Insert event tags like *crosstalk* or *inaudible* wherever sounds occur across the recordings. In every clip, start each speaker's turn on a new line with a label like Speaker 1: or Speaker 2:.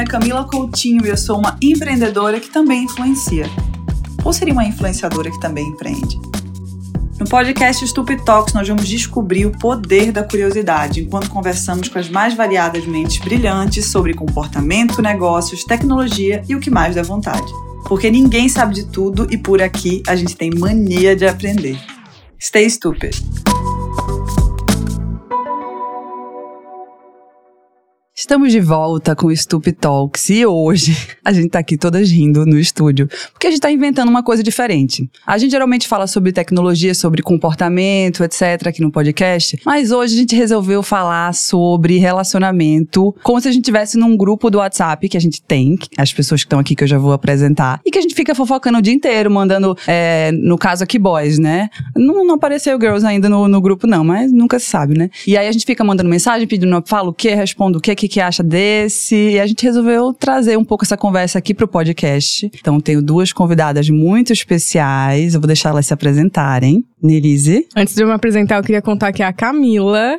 Speaker 1: é Camila Coutinho e eu sou uma empreendedora que também influencia. Ou seria uma influenciadora que também empreende? No podcast Stupid Talks, nós vamos descobrir o poder da curiosidade enquanto conversamos com as mais variadas mentes brilhantes sobre comportamento, negócios, tecnologia e o que mais dá vontade. Porque ninguém sabe de tudo e por aqui a gente tem mania de aprender. Stay stupid! Estamos de volta com o Stup Talks e hoje *laughs* a gente tá aqui todas rindo no estúdio, porque a gente tá inventando uma coisa diferente. A gente geralmente fala sobre tecnologia, sobre comportamento, etc, aqui no podcast, mas hoje a gente resolveu falar sobre relacionamento, como se a gente tivesse num grupo do WhatsApp que a gente tem, as pessoas que estão aqui que eu já vou apresentar, e que a gente fica fofocando o dia inteiro, mandando, é, no caso aqui, boys, né? Não, não apareceu girls ainda no, no grupo não, mas nunca se sabe, né? E aí a gente fica mandando mensagem, pedindo, fala o que, respondo o que, que que acha desse. E a gente resolveu trazer um pouco essa conversa aqui pro podcast. Então, tenho duas convidadas muito especiais. Eu vou deixar elas se apresentarem. Nelise.
Speaker 2: Antes de eu me apresentar, eu queria contar que é a Camila.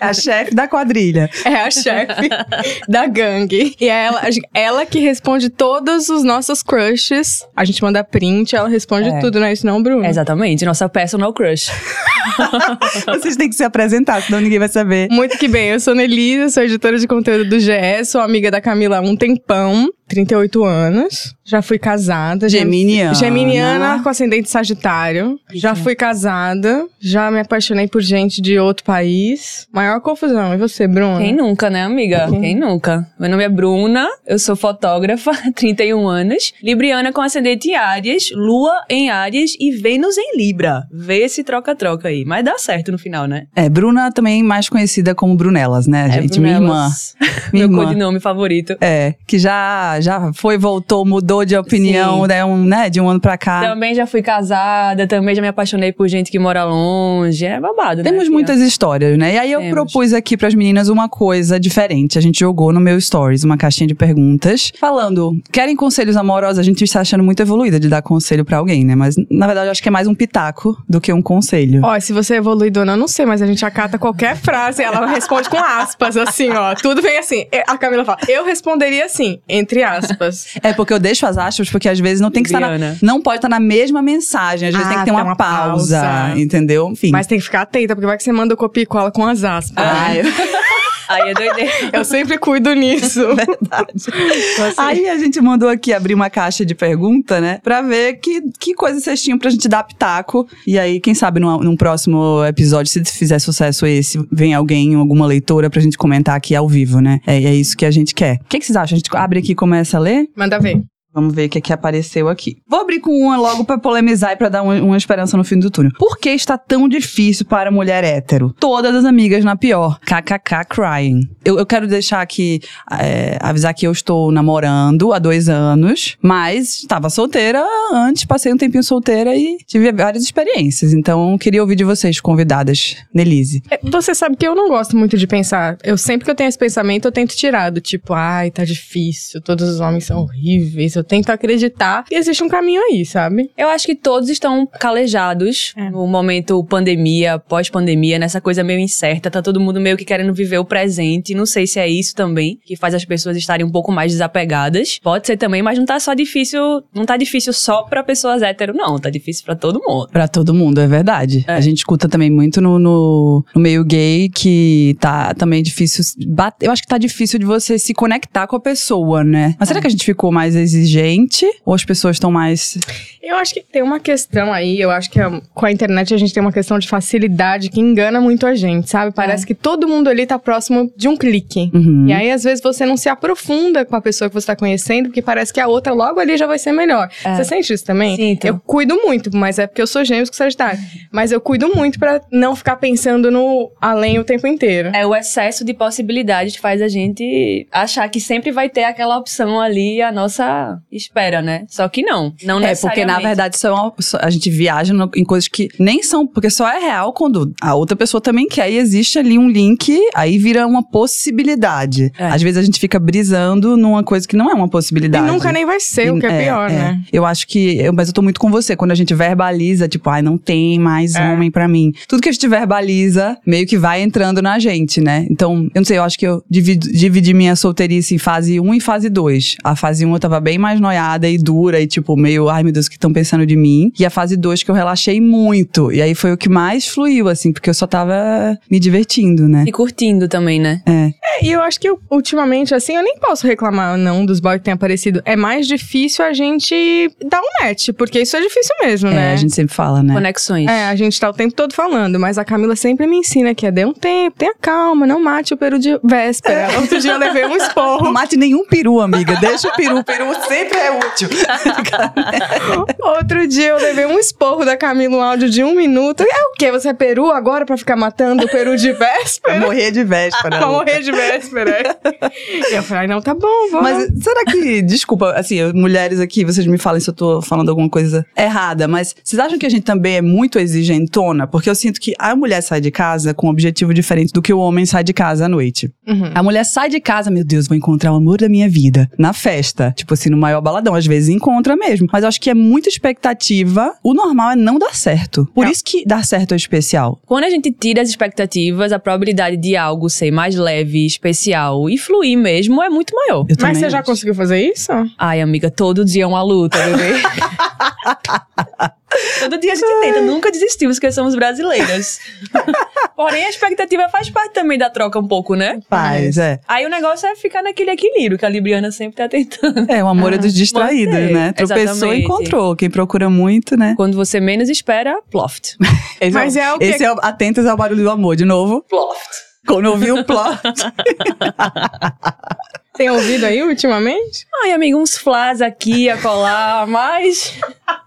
Speaker 1: É a chefe da quadrilha.
Speaker 2: É a chefe *laughs* da gangue. E é ela, ela que responde todos os nossos crushes. A gente manda print, ela responde
Speaker 3: É.
Speaker 2: tudo, não é isso não,
Speaker 1: Hum.
Speaker 2: Bruno?
Speaker 3: Exatamente, nossa personal crush.
Speaker 1: Vocês têm que se apresentar, senão ninguém vai saber.
Speaker 2: Muito que bem, eu sou Nelisa, sou editora de conteúdo do GE, sou amiga da Camila há um tempão, 38 anos, já fui casada. já-
Speaker 1: Geminiana.
Speaker 2: Geminiana com ascendente sagitário. Já fui casada, já me apaixonei por gente de outro país. Maior confusão, e você, Bruno?
Speaker 3: Quem nunca, né, amiga?
Speaker 1: Uhum.
Speaker 3: Quem nunca? Meu nome é Bruna, eu sou fotógrafa, 31 anos, Libriana com ascendente em Áries, Lua em Áries e Vênus em Libra. Vê esse troca-troca aí. Mas dá certo no final, né?
Speaker 1: É, Bruna também mais conhecida como Brunelas, né, gente? Minha irmã.
Speaker 3: É Brunelas,
Speaker 1: *laughs* Minha
Speaker 3: Meu
Speaker 1: irmã.
Speaker 3: codinome favorito.
Speaker 1: É, que já, já foi, voltou, mudou de opinião,
Speaker 3: Sim.
Speaker 1: né, um, né, de um ano pra cá.
Speaker 3: Também já fui casada, também já me apaixonei por gente que mora longe. É babado, né?
Speaker 1: Temos
Speaker 3: filha?
Speaker 1: muitas histórias, né? E aí eu
Speaker 3: Temos.
Speaker 1: propus aqui pras meninas uma coisa diferente. A gente jogou no meu stories uma caixinha de perguntas falando: querem conselhos amorosos? A gente está achando muito evoluída de dar conselho pra alguém, né? Mas na verdade eu acho que é mais um pitaco do que um conselho.
Speaker 2: Ó, se você é evoluído ou não, eu não sei, mas a gente acata qualquer frase, ela responde com aspas, assim, ó. Tudo vem assim. E A Camila fala, eu responderia assim, entre aspas.
Speaker 1: É porque eu deixo as aspas porque às vezes não tem que estar na,
Speaker 3: Libriana.
Speaker 1: não pode estar na mesma mensagem, às vezes
Speaker 2: Ah,
Speaker 1: tem que ter uma,
Speaker 2: tem uma
Speaker 1: pausa,
Speaker 2: pausa.
Speaker 1: entendeu? Enfim.
Speaker 2: Mas tem que ficar atenta, porque vai que você manda o copia e cola com as aspas.
Speaker 1: Ah, eu-
Speaker 3: Aí é doideira.
Speaker 2: Eu sempre cuido nisso.
Speaker 1: Aí a gente mandou aqui abrir uma caixa de pergunta, né? Pra ver que, que coisa vocês tinham pra gente dar pitaco. E aí, quem sabe numa- num próximo episódio, se fizer sucesso esse, vem alguém, alguma leitora pra gente comentar aqui ao vivo, né? É, é isso que a gente quer. O que, que vocês acham? A gente abre aqui e começa a ler?
Speaker 2: Manda ver.
Speaker 1: Vamos ver o que, é que apareceu aqui. Vou abrir com uma logo pra polemizar e pra dar uma, uma esperança no fim do túnel. Por que está tão difícil para mulher hétero? Todas as amigas na pior. KKK crying. Eu, eu quero deixar aqui, é, avisar que eu estou namorando há dois anos, mas estava solteira antes, passei um tempinho solteira e tive várias experiências. Então, queria ouvir de vocês, convidadas. Nelise.
Speaker 2: É, Você sabe que eu não gosto muito de pensar. Eu sempre que eu tenho esse pensamento, eu tento tirar do tipo, ai, tá difícil, todos os homens são horríveis. Eu tento acreditar que existe um caminho aí, sabe?
Speaker 3: Eu acho que todos estão calejados
Speaker 2: É.
Speaker 3: no momento pandemia, pós-pandemia, nessa coisa meio incerta. Tá todo mundo meio que querendo viver o presente. Não sei se é isso também que faz as pessoas estarem um pouco mais desapegadas. Pode ser também, mas não tá só difícil, não tá difícil só pra pessoas hétero, não. Tá difícil pra todo mundo.
Speaker 1: Pra todo mundo, é verdade.
Speaker 3: É.
Speaker 1: A gente escuta também muito no, no, no meio gay que tá também difícil. se bat- Eu acho que tá difícil de você se conectar com a pessoa, né? Mas
Speaker 2: É.
Speaker 1: será que a gente ficou mais exigente? Ou as pessoas estão mais.
Speaker 2: Eu acho que tem uma questão aí, eu acho que a- com a internet a gente tem uma questão de facilidade que engana muito a gente, sabe? Parece que todo mundo ali tá próximo de um clique.
Speaker 1: Uhum.
Speaker 2: E aí, às vezes, você não se aprofunda com a pessoa que você tá conhecendo, porque parece que a outra logo ali já vai ser melhor.
Speaker 3: É.
Speaker 2: Você sente isso também?
Speaker 3: Sinto.
Speaker 2: Eu cuido muito, mas é porque eu sou gêmeos com Sagitário. Mas eu cuido muito pra não ficar pensando no além o tempo inteiro.
Speaker 3: É o excesso de possibilidades que faz a gente achar que sempre vai ter aquela opção ali, a nossa essa espera, né? Só que não. Não
Speaker 1: É, porque na
Speaker 3: necessariamente.
Speaker 1: verdade são, só- a gente viaja no- em coisas que nem são, porque só é real quando a outra pessoa também quer e existe ali um link, aí vira uma possibilidade.
Speaker 3: É.
Speaker 1: Às vezes a gente fica brisando numa coisa que não é uma
Speaker 2: E
Speaker 1: possibilidade.
Speaker 2: nunca nem vai ser, o que é, pior, né?
Speaker 1: Eu acho que. eu- mas eu tô muito com você. Quando a gente verbaliza, tipo, ai, não tem mais
Speaker 2: É.
Speaker 1: homem pra mim. Tudo que a gente verbaliza, meio que vai entrando na gente, né? Então, eu não sei, eu acho que eu divido- dividi minha solteirice em fase 1 e fase 2. A fase 1 eu tava bem mais noiada e dura e, tipo, meio, ai meu Deus, o que estão pensando de mim? E a fase 2 que eu relaxei muito. E aí foi o que mais fluiu, assim, porque eu só tava me divertindo, né?
Speaker 3: E curtindo também, né?
Speaker 1: É.
Speaker 2: É, E eu acho que eu, ultimamente, assim, eu nem posso reclamar, não, dos boys que têm aparecido. É mais difícil a gente dar um match, porque isso é difícil mesmo,
Speaker 1: É,
Speaker 2: né?
Speaker 1: a gente sempre fala, né?
Speaker 3: Conexões.
Speaker 2: É, a gente tá o tempo todo falando, mas a Camila sempre me ensina que é dê um tempo, tenha calma, não mate o peru de véspera.
Speaker 1: É.
Speaker 2: Outro dia eu levei um
Speaker 1: Não
Speaker 2: esporro.
Speaker 1: mate nenhum peru, amiga. Deixa o peru. O peru sempre é
Speaker 2: *laughs*
Speaker 1: útil.
Speaker 2: um, Outro dia eu levei um esporro da Camila, um áudio de um minuto. É o quê? Você é peru agora pra ficar matando o peru de
Speaker 1: *laughs*
Speaker 2: véspera?
Speaker 1: Morrer de véspera.
Speaker 2: *laughs* Pra morrer de véspera. e eu falei, não, tá bom, vamos.
Speaker 1: Mas será que, desculpa, assim, eu- mulheres aqui, vocês me falem se eu tô falando alguma coisa errada, mas vocês acham que a gente também é muito exigentona? Porque eu sinto que a mulher sai de casa com um objetivo diferente do que o homem sai de casa à noite.
Speaker 2: Uhum.
Speaker 1: A mulher sai de casa, meu Deus, vou encontrar o amor da minha vida na festa. Tipo assim, no maior baladão. Às vezes encontra mesmo. Mas eu acho que é muita expectativa. O normal é não dar certo. Por
Speaker 2: Não.
Speaker 1: isso que dar certo é especial.
Speaker 3: Quando a gente tira as expectativas, a probabilidade de algo ser mais leve, especial e fluir mesmo é muito maior.
Speaker 1: Eu
Speaker 2: Mas
Speaker 1: também
Speaker 2: você já
Speaker 1: acho.
Speaker 2: conseguiu fazer isso?
Speaker 3: Ai, amiga, todo dia é uma luta, bebê. todo dia a gente tenta, nunca desistimos, porque somos brasileiras. Porém, a expectativa faz parte também da troca um pouco, né?
Speaker 1: Faz, é.
Speaker 3: Aí o negócio é ficar naquele equilíbrio que a Libriana sempre tá tentando. *laughs*
Speaker 1: É, o amor é dos distraídos,
Speaker 3: Mas é,
Speaker 1: né? Tropeçou,
Speaker 3: exatamente.
Speaker 1: encontrou. Quem procura muito, né?
Speaker 3: Quando você menos espera, ploft.
Speaker 1: Esse
Speaker 2: Mas é o que-
Speaker 1: Esse é o, atentas ao barulho do amor, de novo.
Speaker 3: Ploft.
Speaker 1: Quando eu vi o plot. *laughs*
Speaker 2: Tem ouvido aí ultimamente?
Speaker 3: Ai, amiga, uns flás aqui, a colar, mas...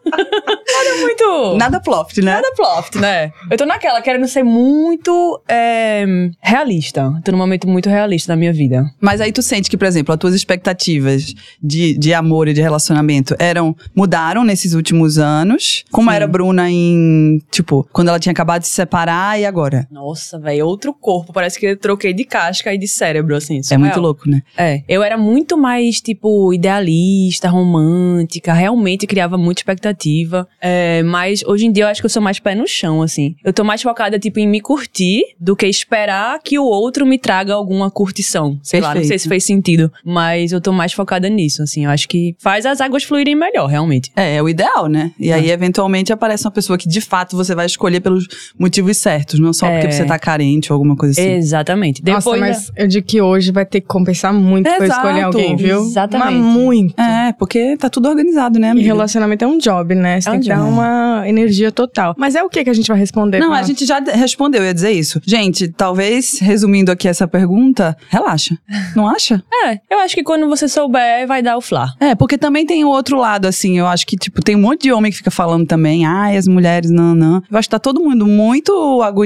Speaker 3: Nada muito...
Speaker 1: Nada plot, né?
Speaker 3: Nada ploft, né? Eu tô naquela, querendo ser muito é, realista. Tô num momento muito realista na minha vida.
Speaker 1: Mas aí tu sente que, por exemplo, as tuas expectativas de, de amor e de relacionamento eram mudaram nesses últimos anos. Como
Speaker 3: Sim.
Speaker 1: era a Bruna em, tipo, quando ela tinha acabado de se separar e agora?
Speaker 3: Nossa, velho, é outro corpo. Parece que eu troquei de casca e de cérebro, assim.
Speaker 1: É
Speaker 3: surreal.
Speaker 1: muito louco, né?
Speaker 3: É. Eu era muito mais, tipo, idealista, romântica, realmente criava muita expectativa. É, mas hoje em dia eu acho que eu sou mais pé no chão, assim. Eu tô mais focada, tipo, em me curtir do que esperar que o outro me traga alguma curtição. Sei lá, não sei
Speaker 1: Perfeito.
Speaker 3: se fez sentido. Mas eu tô mais focada nisso, assim. Eu acho que faz as águas fluírem melhor, realmente.
Speaker 1: É, é o ideal, né? E aí, eventualmente, aparece uma pessoa que, de fato, você vai escolher pelos motivos certos. Não só porque
Speaker 3: É.
Speaker 1: você tá carente ou alguma coisa assim.
Speaker 3: Exatamente. Depois,
Speaker 2: Nossa,
Speaker 3: né?
Speaker 2: mas eu digo que hoje vai ter que compensar muito pra eu
Speaker 1: Exato.
Speaker 2: escolher alguém, viu?
Speaker 3: Exatamente.
Speaker 2: Mas muito.
Speaker 1: É, porque tá tudo organizado, né,
Speaker 2: E
Speaker 1: amiga?
Speaker 2: relacionamento é um job, né? Você
Speaker 3: É um
Speaker 2: tem que dar
Speaker 1: job.
Speaker 2: uma energia total. Mas é o que que a gente vai responder?
Speaker 1: Não,
Speaker 2: pra-
Speaker 1: a gente já de- respondeu, eu ia dizer isso. Gente, talvez, resumindo aqui essa pergunta, relaxa. Não acha?
Speaker 3: É, eu acho que quando você souber, vai dar o flá.
Speaker 1: *laughs* É, porque também tem o outro lado, assim. Eu acho que, tipo, tem um monte de homem que fica falando também. Ai, as mulheres, não, não. Eu acho que tá todo mundo muito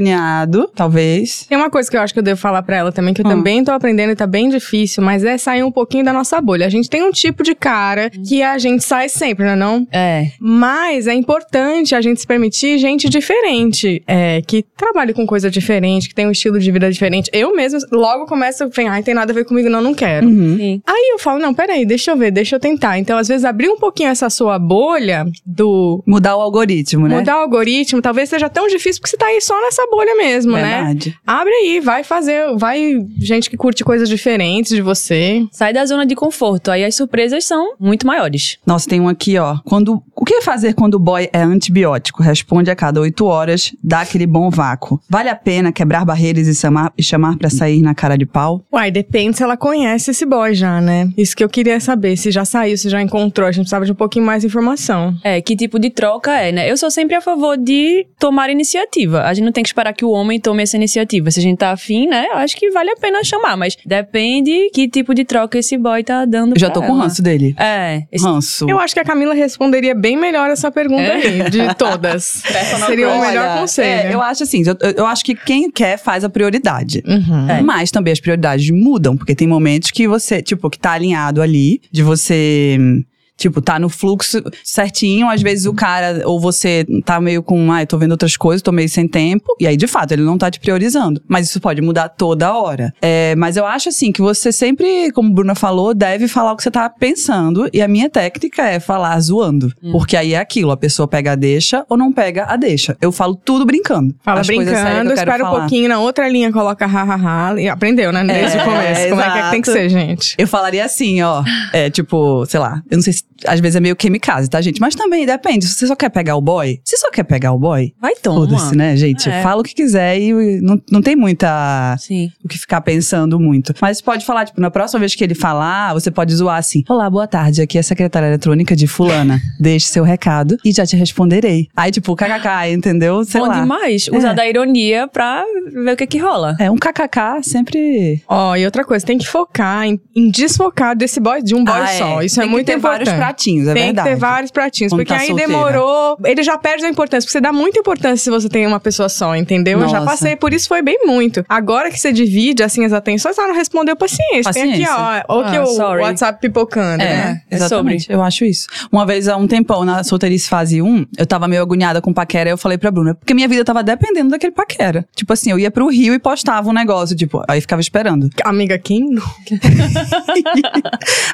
Speaker 1: agoniado, talvez.
Speaker 2: Tem uma coisa que eu acho que eu devo falar pra ela também, que eu
Speaker 1: Hum.
Speaker 2: também tô aprendendo e tá bem difícil, mas é sair um pouquinho da nossa bolha. A gente tem um tipo de cara que a gente sai sempre, não é não?
Speaker 3: É.
Speaker 2: Mas é importante a gente se permitir gente diferente, é, que trabalhe com coisa diferente, que tem um estilo de vida diferente. Eu mesma logo começo, ai, tem nada a ver comigo, não, não quero.
Speaker 1: Uhum.
Speaker 3: Sim.
Speaker 2: Aí eu falo, não, peraí, deixa eu ver, deixa eu tentar. Então, às vezes, abrir um pouquinho essa sua bolha do
Speaker 1: Mudar o algoritmo, né?
Speaker 2: mudar o algoritmo, talvez seja tão difícil porque você tá aí só nessa bolha mesmo, né?
Speaker 1: Verdade.
Speaker 2: Abre aí, vai fazer, vai gente que curte coisas diferentes de você.
Speaker 3: Sai da zona de conforto. Aí as surpresas são muito maiores.
Speaker 1: Nossa, tem um aqui, ó. Quando, o que fazer quando o boy é antibiótico? Responde a cada oito horas, dá aquele bom vácuo. Vale a pena quebrar barreiras e chamar, e chamar pra sair na cara de pau?
Speaker 2: Uai, depende se ela conhece esse boy já, né? Isso que eu queria saber, se já saiu, se já encontrou, a gente precisava de um pouquinho mais de informação.
Speaker 3: É, que tipo de troca é, né? Eu sou sempre a favor de tomar iniciativa. A gente não tem que esperar que o homem tome essa iniciativa. Se a gente tá afim, né? Eu acho que vale a pena chamar, mas depende que tipo de troca esse boy tá dando.
Speaker 1: Eu já
Speaker 3: pra
Speaker 1: tô com
Speaker 3: ela.
Speaker 1: ranço dele.
Speaker 3: É, esse
Speaker 1: Ranço.
Speaker 2: Eu acho que a Camila responderia bem melhor essa pergunta
Speaker 3: É?
Speaker 2: aí, de
Speaker 1: *laughs*
Speaker 2: todas. Seria o
Speaker 1: Olha,
Speaker 2: melhor conselho.
Speaker 1: é, eu acho assim, eu, eu acho que quem quer faz a prioridade.
Speaker 2: Uhum.
Speaker 3: É.
Speaker 1: Mas também as prioridades mudam, porque tem momentos que você, tipo, que tá alinhado ali, de você hum, Tipo, tá no fluxo certinho, às vezes o cara, ou você tá meio com, ah, eu tô vendo outras coisas, tô meio sem tempo, e aí de fato ele não tá te priorizando. Mas isso pode mudar toda hora. É, mas eu acho assim que você sempre, como a Bruna falou, deve falar o que você tá pensando, e a minha técnica é falar zoando. Porque aí é aquilo, a pessoa pega a deixa ou não pega a deixa. Eu falo tudo brincando.
Speaker 2: Fala
Speaker 1: As coisas sérias que
Speaker 2: brincando,
Speaker 1: eu quero
Speaker 2: espera um
Speaker 1: falar.
Speaker 2: pouquinho, na outra linha coloca hahaha. E aprendeu, né? Desde
Speaker 1: É,
Speaker 2: o começo. Como é que, é que tem que
Speaker 1: exato.
Speaker 2: ser, gente?
Speaker 1: Eu falaria assim, *laughs* ó. É tipo, sei lá, eu não sei se. Às vezes é meio kamikaze, tá, gente? Mas também depende. Se você só quer pegar o boy, se só quer pegar o boy,
Speaker 3: Vai tomar.
Speaker 1: foda-se, né, gente?
Speaker 3: É.
Speaker 1: Fala o que quiser e não, não tem muita.
Speaker 3: Sim.
Speaker 1: O que ficar pensando muito. Mas pode falar, tipo, na próxima vez que ele falar, você pode zoar assim: Olá, boa tarde, aqui é a secretária eletrônica de *laughs* Fulana. Deixe seu recado e já te responderei. Aí, tipo, kkk, entendeu? Sei
Speaker 3: Bom
Speaker 1: lá.
Speaker 3: demais. Usar da ironia pra ver o que que rola.
Speaker 1: É um kkk sempre.
Speaker 2: Ó, e outra coisa, tem que focar em, em desfocar desse boy, de um boy
Speaker 1: Ah,
Speaker 2: só. Isso
Speaker 1: Tem
Speaker 2: é
Speaker 1: que
Speaker 2: muito
Speaker 1: ter
Speaker 2: importante.
Speaker 1: vários pratinhos, é
Speaker 2: tem
Speaker 1: verdade.
Speaker 2: que ter vários pratinhos,
Speaker 1: Quando
Speaker 2: porque
Speaker 1: tá
Speaker 2: aí
Speaker 1: solteira.
Speaker 2: demorou. Ele já perde a importância, porque você dá muita importância se você tem uma pessoa só, entendeu? Eu já
Speaker 1: Nossa.
Speaker 2: passei por isso, foi bem muito. Agora que você divide, assim, as atenções, ela não respondeu paciência. Tem aqui,
Speaker 1: Paciência.
Speaker 2: ó, ou que
Speaker 3: Ah,
Speaker 2: o
Speaker 3: sorry.
Speaker 2: WhatsApp pipocando, né?
Speaker 3: É
Speaker 1: exatamente.
Speaker 3: sobre.
Speaker 1: Eu acho isso. Uma vez, há um tempão, na solteirice fase 1, eu tava meio agoniada com paquera, eu falei pra Bruna, porque minha vida tava dependendo daquele paquera. Tipo assim, eu ia pro Rio e postava um negócio, tipo, aí ficava esperando.
Speaker 2: Amiga, quem não?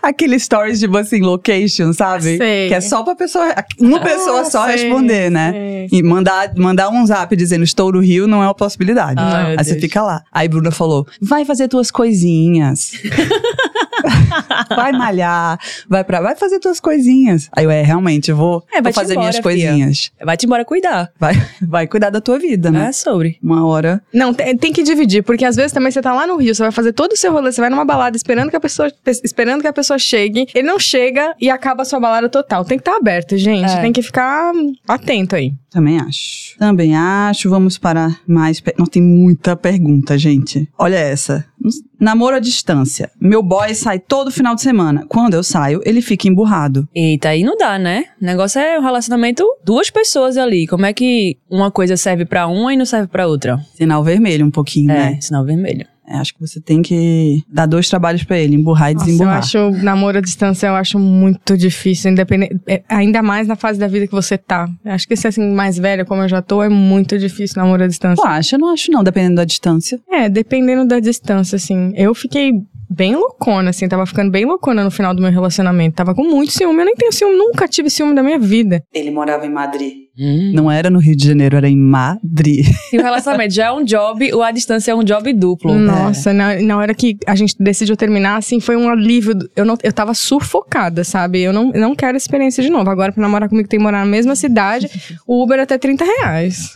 Speaker 1: Aquele stories, tipo assim, location, sabe?
Speaker 2: Sei.
Speaker 1: Que é só pra pessoa, uma pessoa só
Speaker 2: sei,
Speaker 1: responder, né?
Speaker 2: sei.
Speaker 1: E mandar, mandar um zap dizendo estou no Rio não é uma possibilidade.
Speaker 3: Ah, meu
Speaker 1: aí você
Speaker 3: Deus.
Speaker 1: fica lá. Aí Bruna falou, vai fazer tuas
Speaker 3: *laughs*
Speaker 1: coisinhas. vai malhar, vai pra, vai fazer tuas coisinhas. Aí eu, é, realmente, eu vou,
Speaker 3: É,
Speaker 1: vou
Speaker 3: vai-te
Speaker 1: fazer
Speaker 3: embora,
Speaker 1: minhas
Speaker 3: fia.
Speaker 1: coisinhas.
Speaker 3: Vai-te embora cuidar.
Speaker 1: Vai, vai cuidar da tua vida, né?
Speaker 3: É sobre.
Speaker 1: Uma hora.
Speaker 2: Não, tem, tem que dividir, porque às vezes também você tá lá no Rio, você vai fazer todo o seu rolê, você vai numa balada esperando que a pessoa, pe- esperando que a pessoa chegue, ele não chega e acaba a sua balada total. Tem que estar aberto, gente.
Speaker 3: É.
Speaker 2: Tem que ficar atento aí.
Speaker 1: Também acho. Também acho. Vamos para mais. Pe... Não, tem muita pergunta, gente. Olha essa. Namoro à distância. Meu boy sai todo final de semana. Quando eu saio, ele fica emburrado.
Speaker 3: Eita, aí não dá, né? O negócio é um relacionamento duas pessoas ali. Como é que uma coisa serve pra uma e não serve pra outra?
Speaker 1: Sinal vermelho um pouquinho, né?
Speaker 3: É, sinal vermelho.
Speaker 1: É, acho que você tem que dar dois trabalhos pra ele, emburrar e
Speaker 2: Nossa, eu
Speaker 1: desemburrar.
Speaker 2: acho namoro à distância, eu acho muito difícil, independente, é, ainda mais na fase da vida que você tá. Eu Acho que se assim, mais velha, como eu já tô, é muito difícil namoro à distância.
Speaker 1: Tu acha? Eu não acho, não, dependendo da distância.
Speaker 2: É, dependendo da distância, assim. Eu fiquei bem loucona, assim. Tava ficando bem loucona no final do meu relacionamento. Tava com muito ciúme. Eu nem tenho ciúme, nunca tive ciúme da minha vida.
Speaker 1: Ele morava em Madrid.
Speaker 3: Hum.
Speaker 1: Não era no Rio de Janeiro, era em Madrid. *laughs*
Speaker 3: Se o relacionamento já é um job, o à distância é um job
Speaker 2: Tipo,
Speaker 3: duplo.
Speaker 2: Nossa, na, na hora que a gente decidiu terminar, assim, foi um alívio. do- Eu, não, eu tava sufocada, sabe? Eu não, eu não quero essa experiência de novo. Agora, pra namorar comigo, tem que morar na mesma cidade. O Uber é até 30 reais.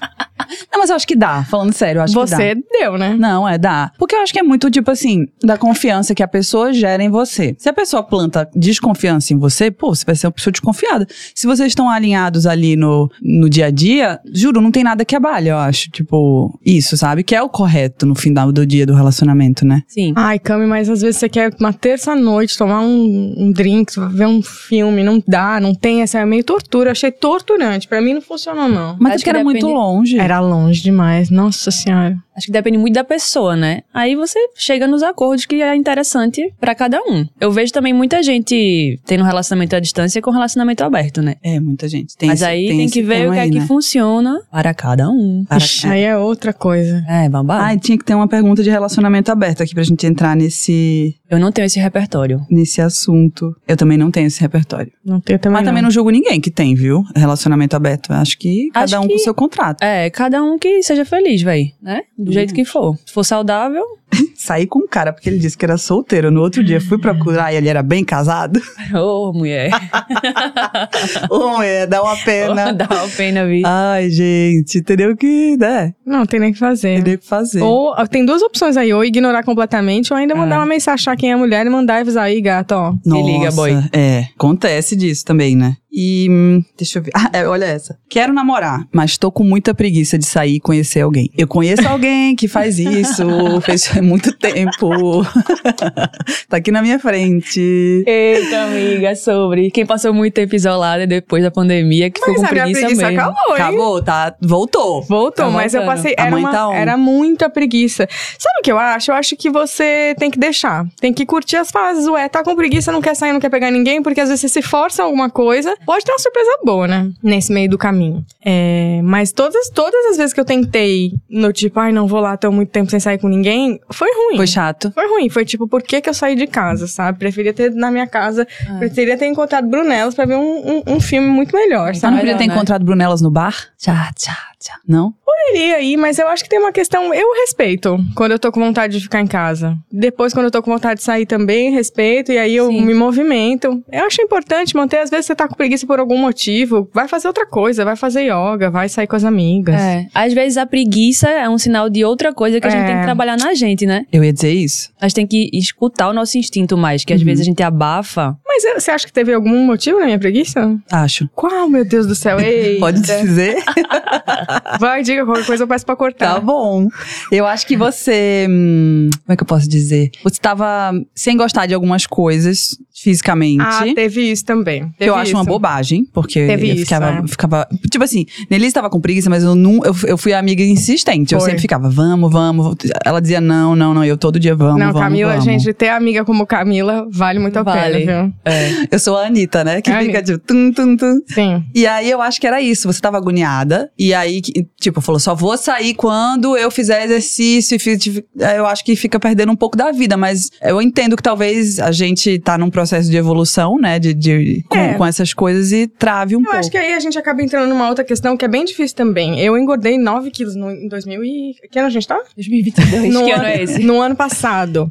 Speaker 1: Não, mas eu acho que dá, falando sério, eu acho que dá.
Speaker 2: Você deu, né?
Speaker 1: Não, é dá. Porque eu acho que é muito, tipo assim, da confiança que a pessoa gera em você. Se a pessoa planta desconfiança em você, pô, você vai ser uma pessoa desconfiada. Se vocês estão alinhados ali no, no dia a dia, juro, não tem nada que abale, eu acho. Tipo, isso, sabe? Que é o correto no final do dia do relacionamento, né?
Speaker 3: Sim.
Speaker 2: Ai, Cami, mas às vezes você quer uma terça-noite tomar um, um drink, ver um filme, não dá, não tem, essa é meio tortura, achei torturante, pra mim não funcionou não.
Speaker 1: Mas
Speaker 3: Acho
Speaker 1: acho
Speaker 3: que
Speaker 1: que era muito
Speaker 3: depende-
Speaker 1: longe.
Speaker 2: Era longe demais, nossa senhora.
Speaker 3: Acho que depende muito da pessoa, né? Aí você chega nos acordos que é interessante pra cada um. Eu vejo também muita gente tendo relacionamento à distância com relacionamento aberto, né?
Speaker 1: É, muita gente. Tem
Speaker 3: Mas
Speaker 1: esse-
Speaker 3: aí tem,
Speaker 1: esse
Speaker 3: que ver o
Speaker 1: tema
Speaker 3: que é
Speaker 1: aí,
Speaker 3: que
Speaker 1: né?
Speaker 3: funciona para cada um.
Speaker 1: Para-
Speaker 2: Ixi, aí é outra coisa.
Speaker 3: É, babado.
Speaker 1: Ai, tinha que ter uma pergunta de relacionamento aberto aqui pra gente entrar nesse,
Speaker 3: Eu não tenho esse repertório.
Speaker 1: nesse assunto. Eu também não tenho esse repertório.
Speaker 2: Não tem também
Speaker 1: Mas também não julgo ninguém que tem, viu? Relacionamento aberto. Acho que cada
Speaker 3: Acho
Speaker 1: um com
Speaker 3: que-
Speaker 1: seu contrato.
Speaker 3: É, cada um que seja feliz, véi, né? Do jeito que for. Se for saudável, *laughs*
Speaker 1: Saí com um cara porque ele disse que era solteiro. No outro dia fui procurar e ele era bem casado. *laughs*
Speaker 3: ô mulher.
Speaker 1: oh, é, Ah, dá uma pena.
Speaker 3: *laughs* Dá uma pena, vi.
Speaker 1: Ai, gente, entendeu o que, né?
Speaker 2: não, É, tem nem o que fazer.
Speaker 1: Entendeu o que fazer.
Speaker 2: Ou ah, tem duas opções aí, ou ignorar completamente, ou ainda mandar uma é mensagem achar quem é a mulher e mandar e avisar aí, gato, ó.
Speaker 3: liga, boy.
Speaker 1: É, acontece disso também, né? E. hum, Deixa eu ver. *laughs* Ah, é, olha essa. Quero namorar, mas tô com muita preguiça de sair e conhecer alguém. Eu conheço alguém que faz isso,
Speaker 3: *laughs*
Speaker 1: fez há muito tempo. *laughs* tá aqui na minha frente.
Speaker 3: Eita, Então, amiga, sobre quem passou muito tempo isolada depois da pandemia, que ficou
Speaker 2: Mas
Speaker 3: com
Speaker 2: a minha
Speaker 3: preguiça
Speaker 2: preguiça
Speaker 3: mesmo.
Speaker 2: acabou, hein?
Speaker 1: Acabou, tá? Voltou.
Speaker 2: Voltou,
Speaker 3: Tá
Speaker 2: mas eu
Speaker 3: voltando.
Speaker 2: passei.
Speaker 1: A
Speaker 2: Era,
Speaker 1: mãe
Speaker 2: uma,
Speaker 1: tá on.
Speaker 2: era muita preguiça. Sabe o que eu acho? Eu acho que você tem que deixar. Tem que curtir as fases. Ué, tá com preguiça, não quer sair, não quer pegar ninguém, porque às vezes você se força a alguma coisa. Pode ter uma surpresa boa, né? Nesse meio do caminho. É, mas todas, todas as vezes que eu tentei, no tipo, ai, não vou lá, tô muito tempo sem sair com ninguém, foi ruim.
Speaker 1: Foi chato.
Speaker 3: Tá
Speaker 2: Foi ruim, foi tipo, por que, que eu saí de casa, sabe? Preferia ter na minha casa,
Speaker 1: É.
Speaker 2: preferia ter encontrado Brunelos pra ver um, um, um filme muito melhor,
Speaker 1: Você não
Speaker 2: sabe?
Speaker 1: podia
Speaker 3: não,
Speaker 1: ter
Speaker 3: né?
Speaker 1: encontrado Brunelas no bar? Tchá, tchá, tchá. Não?
Speaker 2: poderia ir, mas eu acho que tem uma questão. Eu respeito quando eu tô com vontade de ficar em casa. Depois, quando eu tô com vontade de sair também, respeito. E aí eu
Speaker 3: Sim.
Speaker 2: me movimento. Eu acho importante manter. Às vezes você tá com preguiça por algum motivo. Vai fazer outra coisa, vai fazer yoga, vai sair com as amigas.
Speaker 3: É. Às vezes a preguiça é um sinal de outra coisa que a gente
Speaker 2: É.
Speaker 3: tem que trabalhar na gente, né?
Speaker 1: Eu ia dizer isso.
Speaker 3: A gente tem que escutar o nosso instinto mais, que às vezes a gente abafa.
Speaker 2: Mas eu- você acha que teve algum motivo na minha preguiça?
Speaker 1: Acho.
Speaker 2: Qual, meu Deus do céu? Ei,
Speaker 1: *laughs* Pode dizer?
Speaker 2: vai, diga qualquer coisa, eu peço pra cortar.
Speaker 1: Tá bom. Eu acho que você. hum, como é que eu posso dizer? Você tava sem gostar de algumas coisas fisicamente.
Speaker 2: Ah, teve isso também.
Speaker 1: que eu
Speaker 2: Teve
Speaker 1: acho uma
Speaker 2: isso.
Speaker 1: bobagem, porque
Speaker 2: Teve
Speaker 1: eu
Speaker 2: isso,
Speaker 1: ficava,
Speaker 2: é.
Speaker 1: ficava- Tipo assim, Nelise tava com preguiça, mas eu, não, eu, eu fui a amiga insistente. Eu
Speaker 2: Foi.
Speaker 1: sempre ficava, vamos, vamos. Ela dizia, não, não, não. Eu todo dia, vamos,
Speaker 2: Não,
Speaker 1: vamos.
Speaker 2: Camila,
Speaker 1: vamos.
Speaker 2: gente, ter amiga como Camila vale muito a
Speaker 3: Vale.
Speaker 2: pena,
Speaker 3: É.
Speaker 1: Eu sou a Anitta, né? Que
Speaker 2: É a
Speaker 1: fica tipo, tum, tum, tum.
Speaker 2: viu? Sim.
Speaker 1: E aí eu acho que era isso, você tava agoniada, e aí, que- tipo, falou, só vou sair quando eu fizer exercício, e fi- ti- eu acho que fica perdendo um pouco da vida, mas eu entendo que talvez a gente tá num processo de evolução, né, de, de- com,
Speaker 2: É.
Speaker 1: com essas coisas e trave um
Speaker 2: Eu
Speaker 1: pouco.
Speaker 2: acho que aí a gente acaba entrando numa outra questão que é bem difícil também. Eu engordei 9 quilos no, em 2000 e... Que ano a gente tá?
Speaker 3: 2022.
Speaker 2: No
Speaker 3: que
Speaker 2: ano-
Speaker 3: ano é esse?
Speaker 2: No ano passado.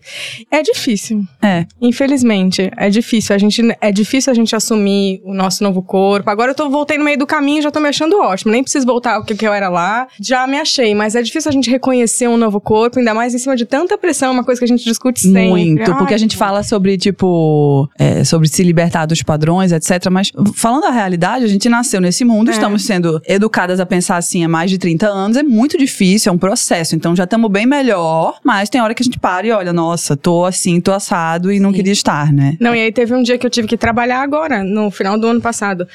Speaker 2: É difícil.
Speaker 1: É.
Speaker 2: Infelizmente, é difícil. A gente, é difícil a gente assumir o nosso novo corpo. Agora eu tô, voltei no meio do caminho e já tô me achando ótimo. Nem preciso voltar ao que, que eu era lá. Já me achei, mas é difícil a gente reconhecer um novo corpo, ainda mais em cima de tanta pressão, uma coisa que a gente discute sempre.
Speaker 1: Muito,
Speaker 2: Ai,
Speaker 1: porque a gente fala sobre, tipo, é, sobre se libertar dos padrões, etc. Mas falando a realidade, a gente nasceu nesse mundo,
Speaker 2: É.
Speaker 1: estamos sendo educadas a pensar assim há mais de 30 anos, é muito difícil, é um processo. Então já estamos bem melhor, mas tem hora que a gente para e olha, nossa, tô assim, tô assado e não
Speaker 3: Sim.
Speaker 1: queria estar, né?
Speaker 2: Não, e aí teve um dia que eu tive que trabalhar agora, no final do ano passado.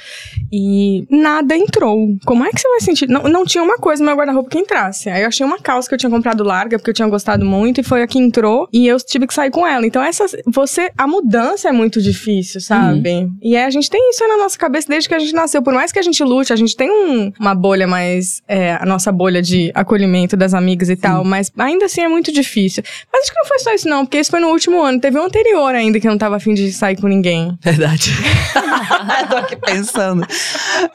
Speaker 2: E nada entrou. Como é que você vai sentir? Não, não tinha uma coisa no meu guarda-roupa que entrasse. Aí eu achei uma calça que eu tinha comprado larga, porque eu tinha gostado muito, e foi a que entrou, e eu tive que sair com ela. Então, essa, você, a mudança é muito difícil, sabe? E aí a gente tem isso aí na nossa cabeça desde que a gente nasceu. Por mais que a gente lute, a gente tem um- uma bolha mais. é, a nossa bolha de acolhimento das amigas e tal, mas ainda assim é muito difícil. Mas acho que não foi só isso, não, porque isso foi no último ano. Teve um anterior ainda que eu não tava afim de sair com ninguém.
Speaker 1: Verdade. *laughs* tô aqui pensando.